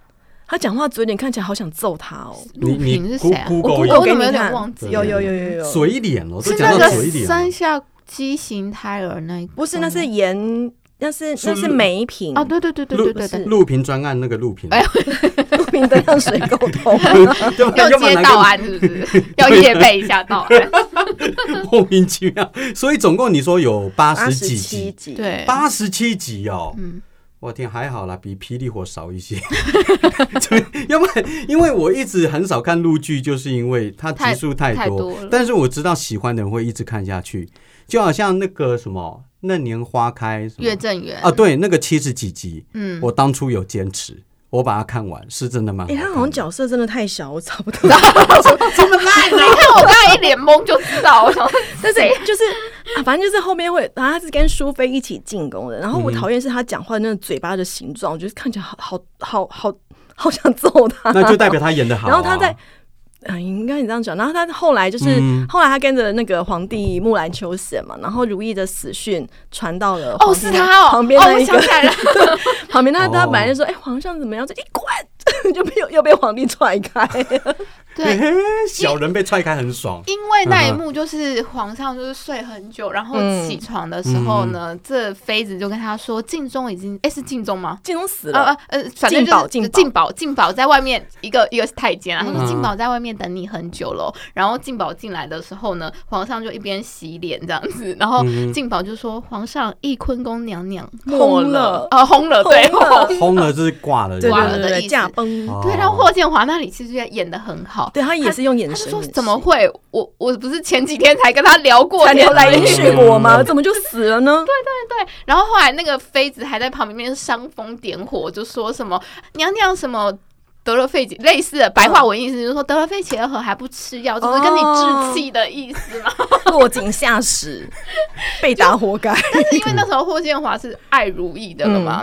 S4: 他讲话嘴脸看起来好想揍他哦。
S3: 陆
S1: 你
S3: 平是谁啊？
S1: Google-
S3: 我
S1: 一
S3: Google
S1: 下
S3: 我怎么有
S4: 给你
S3: 点
S4: 看
S3: 忘记？
S4: 有有有有有，
S1: 嘴脸哦，都
S3: 是
S1: 讲
S3: 那
S1: 到
S3: 个
S1: 嘴脸了
S3: 生，下畸形胎儿那一个
S4: 不是那是盐，那是那是梅瓶
S3: 哦，对对对对对对对，
S1: 录屏专案那个录屏，
S4: 陆平的让水沟通。
S1: 对吧
S3: 哎又
S1: 要不然
S3: 接
S1: 哪
S3: 到啊
S1: 个
S3: 案是不 是？ 要夜配一下到案，
S1: 莫名其妙。所以总共你说有八
S4: 八
S1: 十
S4: 十
S1: 几
S4: 七
S1: 集，
S4: 集，
S3: 对，
S1: 八十七集哦。
S3: 嗯
S1: 我天，还好啦，比霹雳火少一些。 对，要不然因为我一直很少看陆剧，就是因为它集数太
S3: 太
S1: 多。
S3: 多了
S1: 但是我知道喜欢的人会一直看下去，就好像那个什么《那年花开》什么
S3: 岳正元
S4: 哦
S1: 啊，，对，那个七十几集，
S3: 嗯，
S1: 我当初有坚持，我把它看完，是真的蛮好
S4: 哎，
S1: 看的。
S4: 他好像角色真的太小，我找不到。啊
S3: 你看我刚才一脸懵就知道，我想 说
S4: 但是
S3: 谁
S4: 就是啊，反正就是后面会，然后他是跟淑妃一起进宫的。然后我
S1: 嗯
S4: 讨厌是他讲话那个嘴巴的形状，我就是看起来好好好好好想揍他。
S1: 那就代表他演的好啊、
S4: 然后他在。啊，应该你这样讲。然后他后来就是，
S1: 嗯
S4: 后来他跟着那个皇帝木兰秋死嘛，然后如意的死讯传到了
S3: 哦
S4: 皇帝
S3: 是他哦，
S4: 旁边
S3: 哦
S4: 那
S3: 我
S4: 一
S3: 想
S4: 个
S3: 起来了，
S4: 旁边那他
S1: 哦
S4: 本来就说，哎、皇上怎么样？就一滚， 就被又被皇帝踹开。
S3: 对，
S1: 小人被踹开很爽，
S3: 因为那一幕就是皇上就是睡很久，然后
S4: 嗯
S3: 起床的时候呢，这妃子就跟他说：“敬宗已经，哎，是敬宗吗？”
S4: 靖公死
S3: 呃
S4: 了，
S3: 呃呃，反正
S4: 进宝
S3: 就是
S4: 进
S3: 进宝进宝在外面一个一个是太监啊，他说
S1: 嗯
S3: 进宝在外面等你很久了哦。然后进宝进来的时候呢，皇上就一边洗脸这样子，然后
S1: 嗯
S3: 进宝就说：“皇上，翊坤宫娘娘没
S4: 轰
S3: 了
S4: 了，
S3: 啊，轰了，对，
S4: 轰了
S3: 轰
S1: 轰了就是挂了，
S4: 对
S3: 挂
S1: 人
S3: 了
S4: 对
S3: 的
S4: 对
S3: 意
S4: 对，
S3: 思
S4: 驾崩。
S1: 哦
S3: 对。”然后霍建华那里其实也演的很好，
S4: 对他也是用眼
S3: 他
S4: 神
S3: 就
S4: 演戏，
S3: 说怎么会？我我不是前几天才跟他聊过
S4: 才
S3: 天
S4: 聊来
S3: 而已
S4: 因去我吗？
S1: 嗯
S4: 怎么就死了呢？
S3: 然后后来那个妃子还在旁边煽风点火，就说什么娘娘什么。得了肺结类似的白话文意思就是说得了肺结核还不吃药，就是跟你置气的意思 嘛。
S4: 落井下石，被打活该。
S3: 但是因 为那时候霍建华是爱如意的了嘛，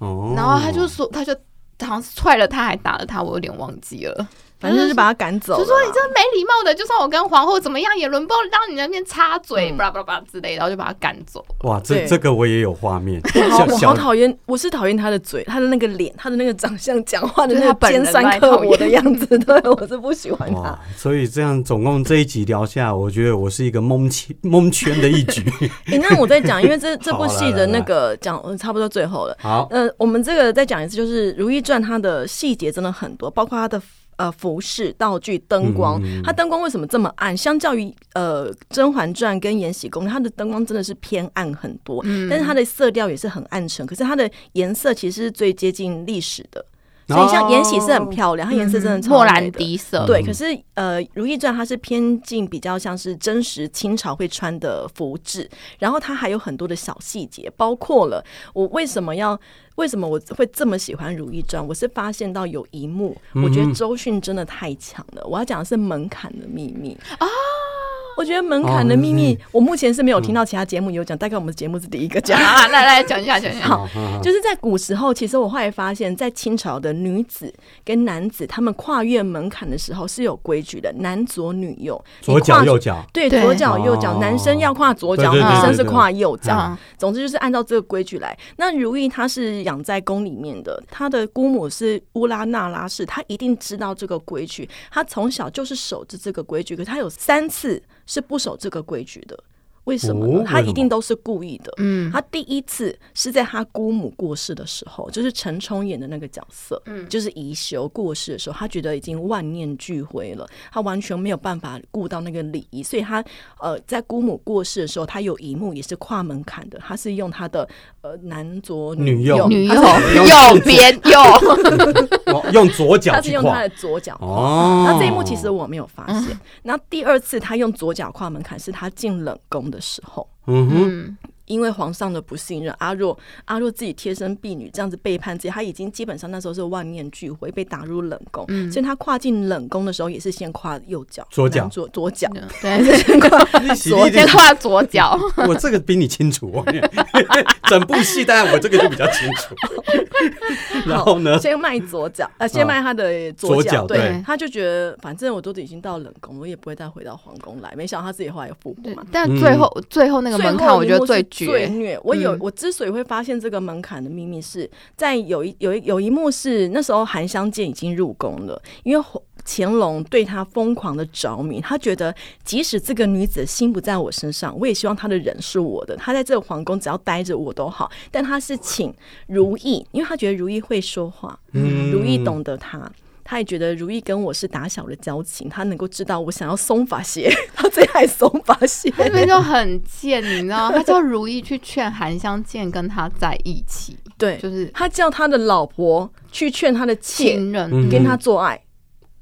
S4: 嗯
S1: 哦
S3: 然后他就说他就好像是踹了他，还打了他，我有点忘记了。
S4: 反正就是把他赶走了
S3: 就
S4: 啦。
S3: 说你这没礼貌的，就算我跟皇后怎么样，也轮不到你那边插嘴，
S4: 嗯
S3: 巴拉巴拉巴拉之类的，然后就把他赶走。
S1: 哇，这
S4: 对
S1: 这个我也有画面，
S4: 我好，我好
S1: 小小
S4: 讨厌，我是讨厌他的嘴，他的那个脸，他的那个长相，讲话的
S3: 就是他
S4: 那个
S3: 本人
S4: 尖酸刻薄的样子，对，我是不喜欢他
S1: 哇。，所以这样总共这一集聊下来，我觉得我是一个蒙 圈蒙圈的一 局。
S4: 诶，那我再讲，因为这这部戏
S1: 好来来
S4: 的那个讲呃差不多最后了。
S1: 好，
S4: 呃，我们这个再讲一次，就是《如懿传》它的细节真的很多，包括它的呃服饰、道具、灯光。
S1: 嗯
S4: 它灯光为什么这么暗？相较于呃《甄嬛传》跟《延禧攻略》，它的灯光真的是偏暗很多，
S1: 嗯
S4: 但是它的色调也是很暗沉，可是它的颜色其实是最接近历史的。
S1: 哦
S4: 所以像《延禧》是很漂亮，它颜色真的超
S3: 莫
S4: 美
S3: 兰
S4: 的。
S3: 迪色，
S4: 对，可是呃，《如懿传》它是偏近比较像是真实清朝会穿的服制，然后它还有很多的小细节，包括了我为什么要为什么我会这么喜欢《如懿传》，我是发现到有一幕，我觉得周迅真的太强了。我要讲的是门槛的秘密啊。我觉得门槛的秘密，我目前是没有听到其他节目有讲，大概我们节目是第一个讲。
S3: 啊，来来讲一下，讲 一下。
S1: 好，好
S4: 就是在古时候，其实我后来发现，在清朝的女子跟男子，他们跨越门槛的时候是有规矩的，男左女右，
S1: 左脚
S4: 你跨
S1: 右。脚，
S4: 对，
S3: 对
S4: 左脚右脚，
S1: 哦
S4: 男生要跨左脚，
S1: 对
S4: 女
S3: 对对
S4: 生是
S1: 对对
S4: 跨右脚
S1: 啊
S3: 嗯。
S4: 总之就是按照这个规矩来。那如意她是养在宫里面的，她的姑母是乌拉那拉氏，她一定知道这个规矩，她从小就是守着这个规矩。可她有三次是不守这个规矩的，为什么
S1: 哦
S4: 呢？她
S1: 为什么
S4: 一定都是故意的。
S3: 嗯，
S4: 他第一次是在他姑母过世的时候，就是陈冲演的那个角色，嗯，就是宜修过世的时候，他觉得已经万念俱灰了，他完全没有办法顾到那个礼仪，所以他呃，在姑母过世的时候，他有一幕也是跨门槛的，他是用他的呃男左
S1: 女右
S4: 右，
S3: 女右
S4: 哦他是
S3: 右边右，
S1: 哦用左脚
S4: 他是
S1: 去
S4: 用他
S1: 跨
S4: 的。左脚跨。
S1: 哦，
S4: 那这一幕其实我没有发
S3: 啊
S4: 现。那第二次他用左脚跨门槛是他进冷宫的时候，
S1: 嗯哼，
S3: 嗯，
S4: 因为皇上的不信任，阿若阿若自己贴身婢女这样子背叛自己，他已经基本上那时候是万念俱灰，被打入冷宫。所以他跨进冷宫的时候，也是先跨右脚，
S1: 左脚
S4: 男左左脚，
S3: 嗯对，
S4: 先跨
S1: 你洗
S3: 左
S1: 力
S3: 先跨左脚，
S1: 我这个比你清楚哦， 整部戏当然我这个就比较清楚。 然后呢，哦
S4: 先迈左脚，呃，先迈他的左
S1: 左脚
S4: 对，
S3: 对
S4: 他就觉得反正我都已经到冷宫，我也不会再回到皇宫来。没想到他自己后来有复活
S3: 对
S4: 嘛。
S3: 但最后
S1: 嗯
S3: 最后那个
S4: 最
S3: 门
S4: 后
S3: 槛，我
S4: 一
S3: 觉得
S4: 幕
S3: 最
S4: 是最
S3: 绝，
S4: 虐。我有
S3: 嗯
S4: 我之所以会发现这个门槛的秘密是，在有一有一有一幕是那时候韩香见已经入宫了，因为。乾隆对他疯狂的着迷，他觉得即使这个女子的心不在我身上，我也希望她的人是我的。她在这个皇宫只要待着我都好，但他是请如意，因为他觉得如意会说话，如意懂得他，他也觉得如意跟我是打小的交情，他能够知道我想要松发鞋， 他最爱松发鞋。
S3: 那边就很贱，你知道吗？他叫如意去劝韩香见跟他在一起，
S4: 对，
S3: 就是
S4: 他叫他的老婆去劝他的妾
S3: 情人，
S1: 嗯
S4: 跟他做爱。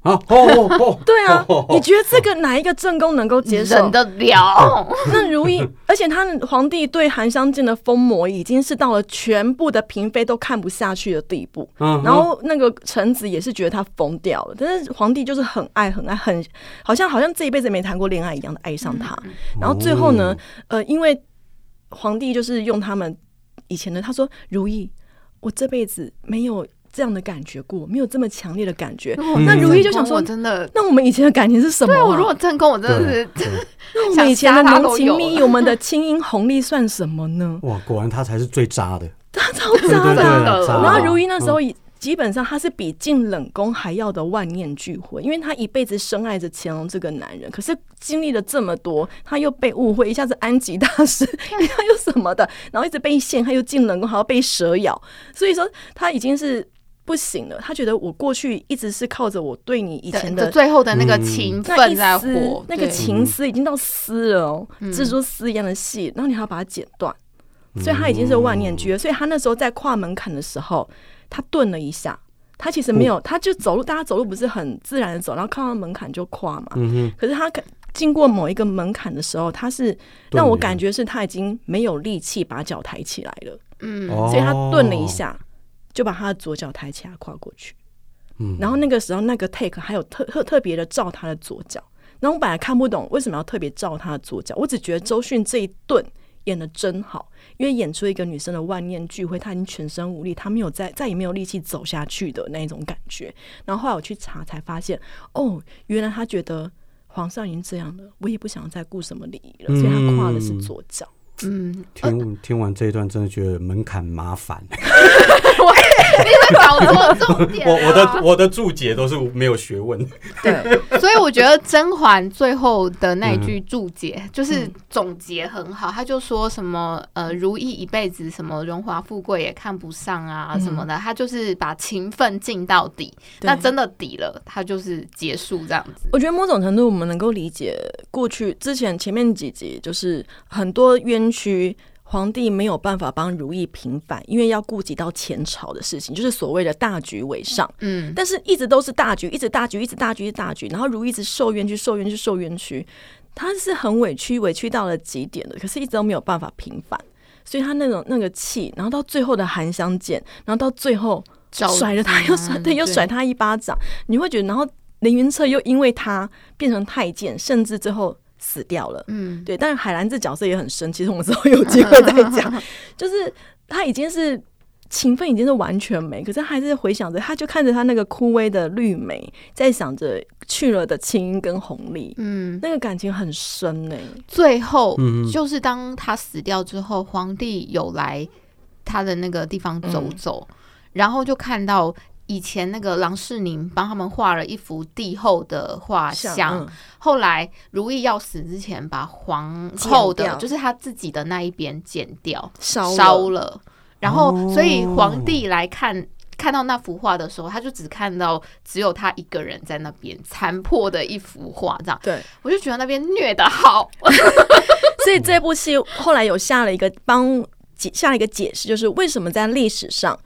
S1: 啊，哦哦哦，
S4: 对啊
S1: 哦，
S4: 你觉得这个哪一个正宫能够接受
S3: 忍？得了，
S4: 那如意， 而且他皇帝对韩香见的疯魔已经是到了全部的嫔妃都看不下去的地步。
S1: 嗯
S4: 然后那个臣子也是觉得他疯掉了，但是皇帝就是很爱很爱很，好像好像这一辈子没谈过恋爱一样的爱上他。然后最后
S1: 哦
S4: 呢，呃，因为皇帝就是用他们以前的，他说如意，我这辈子没有这样的感觉过，没有这么强烈的感觉。
S1: 嗯
S4: 那如意就想说
S3: 我真的。
S4: 那我们以前的感情是什么、啊？
S3: 对啊我如果正宫，我真的
S1: 对
S3: 是，
S1: 对
S4: 那我们以前的
S3: 想杀他
S4: 浓
S3: 都
S4: 情
S3: 有
S4: 蜜意，
S3: 了
S4: 我们的清音红利算什么呢？
S1: 哦哇，果然他才是最渣的，
S4: 他超渣
S1: 对
S4: 的
S1: 对
S4: 啊。
S1: 对，渣
S4: 然后如意那时候已基本上她是比进冷宫还要的万念俱灰，因为她一辈子深爱着乾隆这个男人，可是经历了这么多，她又被误会，一下子安吉大师，一下又什么的，然后一直被陷害，又进冷宫，还要被蛇咬，所以说她已经是。不行了，她觉得我过去一直是靠着我对你以前
S3: 对
S4: 的
S3: 最后的那
S1: 嗯
S3: 个情
S4: 那
S3: 分
S4: 一
S3: 在
S4: 丝
S3: 活，，
S4: 那个
S3: 对嗯
S4: 情丝已经到丝了哦，蜘蛛丝一样的细，然后你还要把它剪断，所以他已经是万念俱灰。所以他那时候在跨门槛的时候，他顿了一下，他其实没有，他就走路，大家走路不是很自然的走，然后靠到门槛就跨嘛。
S1: 嗯
S4: 可是他看经过某一个门槛的时候，他是让我感觉是他已经没有力气把脚抬起来了，
S3: 嗯，
S1: 所
S4: 所以他顿了一，下，就把他的左脚抬起来跨过去。
S1: 嗯
S4: 然后那个时候那个 take 还有特特特别的照他的左脚，然后我本来看不懂为什么要特别照他的左脚，我只觉得周迅这一顿演的真好，因为演出一个女生的万念俱灰，她已经全身无力，她没有再再也没有力气走下去的那一种感觉。然后后来我去查才发现，哦，原来她觉得。皇上已经这样了，我也不想再顾什么礼仪了，所以她跨的是左脚。
S3: 嗯，
S1: 听听完这一段，真的觉得门槛麻烦。
S3: 我 你会搞错重 点
S1: 我
S3: 啊、
S1: 我的我的注解都是没有学问的，
S3: 对，所以我觉得甄嬛最后的那一句注解、就是
S4: 嗯
S3: 总结很好，他就说什么呃，如意一辈子什么荣华富贵也看不上啊什么的，他就是把情分尽到底，
S4: 嗯对嗯
S3: 那真的底了，他就是结束这样子。
S4: 我觉得某种程度我们能够理解过去之前前面几集，就是很多冤屈。皇帝没有办法帮如意平反，因为要顾及到前朝的事情，就是所谓的大局为上。
S3: 嗯，
S4: 但是一直都是大局，一直大局，一直大局，一直大局，然后如一直受冤屈，受冤屈，受冤屈，他是很委屈，委屈到了极点的，可是一直都没有办法平反，所以他那种那个气，然后到最后的韩香见，然后到最后
S3: 找嗯
S4: 甩了他，
S3: 人
S4: 又甩，嗯对，又甩他一巴掌，你会觉得，然后凌云彻又因为他变成太监，甚至最后死掉了。
S3: 嗯，
S4: 对，但是海兰这角色也很深，其实我们之后有机会再 讲，就是他已经是情分已经是完全没，可是他还是回想着，他就看着他那个枯萎的绿梅，在想着去了的青跟红丽，
S3: 嗯，
S4: 那个感情很深呢、
S3: 最后
S1: 嗯
S3: 就是当他死掉之后，皇帝有来他的那个地方走走，
S4: 嗯
S3: 然后就看到以前那个郎世宁帮他们画了一幅帝后的画像。
S4: 啊像嗯
S3: 后来如意要死之前，把皇后
S4: 剪
S3: 的
S4: 掉
S3: 就是他自己的那一边剪掉
S4: 烧了
S3: 烧了，然后
S1: 哦
S3: 所以皇帝来
S4: 嗯
S3: 看。看到那幅画的时候，他就只看到只有他一个人在那边残破的一幅画，这样
S4: 对，
S3: 我就觉得那边虐的好，
S4: 所以这部戏后来有下了一个帮解下了一个解释，就是为什么在历史上。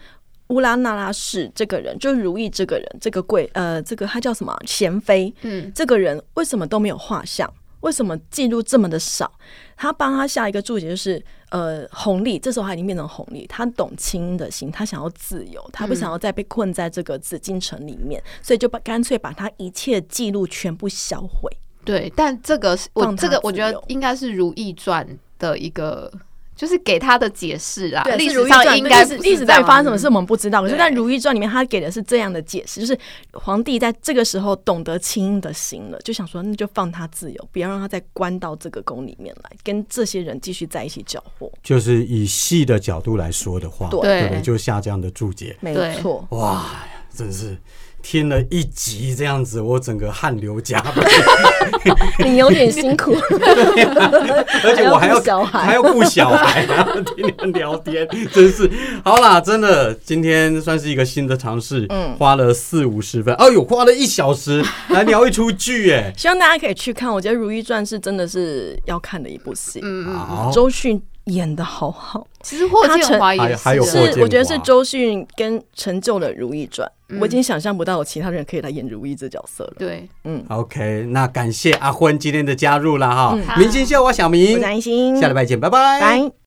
S4: 乌拉那拉氏这个人，就是如意这个人，这个贵呃，这个他叫什么啊贤妃，
S3: 嗯，
S4: 这个人为什么都没有画像？为什么记录这么的少？他帮他下一个注解就是，呃，红利，这时候他已经变成红利，他懂清音的心，他想要自由，他不想要再被困在这个紫禁城里面，所以就把干脆把他一切记录全部销毁。
S3: 对，但这个是我
S4: 放他
S3: 这个我
S4: 自
S3: 觉得
S4: 由
S3: 应该是《如懿传》的一个，就是给他的解释啦。
S4: 对，
S3: 啊历
S4: 是如
S3: 史
S4: 懿
S3: 上
S4: 传
S3: 应该
S4: 历史
S3: 不是
S4: 历史
S3: 这
S4: 到底
S3: 样
S4: 发生什么事我们不知道，可是
S3: 对
S4: 在《如懿传》里面，他给的是这样的解释，就是皇帝在这个时候懂得清音的心了，就想说那就放他自由，不要让他再关到这个宫里面来，跟这些人继续在一起搅和。
S1: 就是以戏的角度来说的话，
S4: 对
S1: 对不对？
S3: 对，
S1: 就下这样的注解，
S4: 没
S3: 对
S4: 错，
S1: 哇，真是听了一集这样子，我整个汗流浃背，
S4: 你有点辛苦，
S1: 而且我还要
S4: 顾小
S1: 还
S4: 孩。
S1: 要顾小孩，还要天天聊天，真是好啦，真的，今天算是一个新的尝试，嗯，花了四五十分，哦呦，花了一小时来聊一出剧，哎，
S4: 希望大家可以去看，我觉得《如懿传》是真的是要看的一部戏。
S1: 嗯好，
S4: 周迅演的好好，
S3: 嗯
S1: 哦
S3: 其实霍
S4: 他
S3: 建
S4: 成
S3: 华
S1: 还
S3: 也
S1: 有还有
S3: 是
S1: 霍建
S4: 是我觉得是
S1: 华
S4: 周迅跟陈旧的《如懿传》，
S3: 嗯
S4: 我已经想象不到有其他人可以来演如懿这角色了。嗯
S3: 对，
S1: OK，那感谢阿昏今天的加入啦哈，
S3: 好
S1: 嗯明星秀我小明
S4: 我，担心，
S1: 下礼拜见，拜拜，
S4: 拜。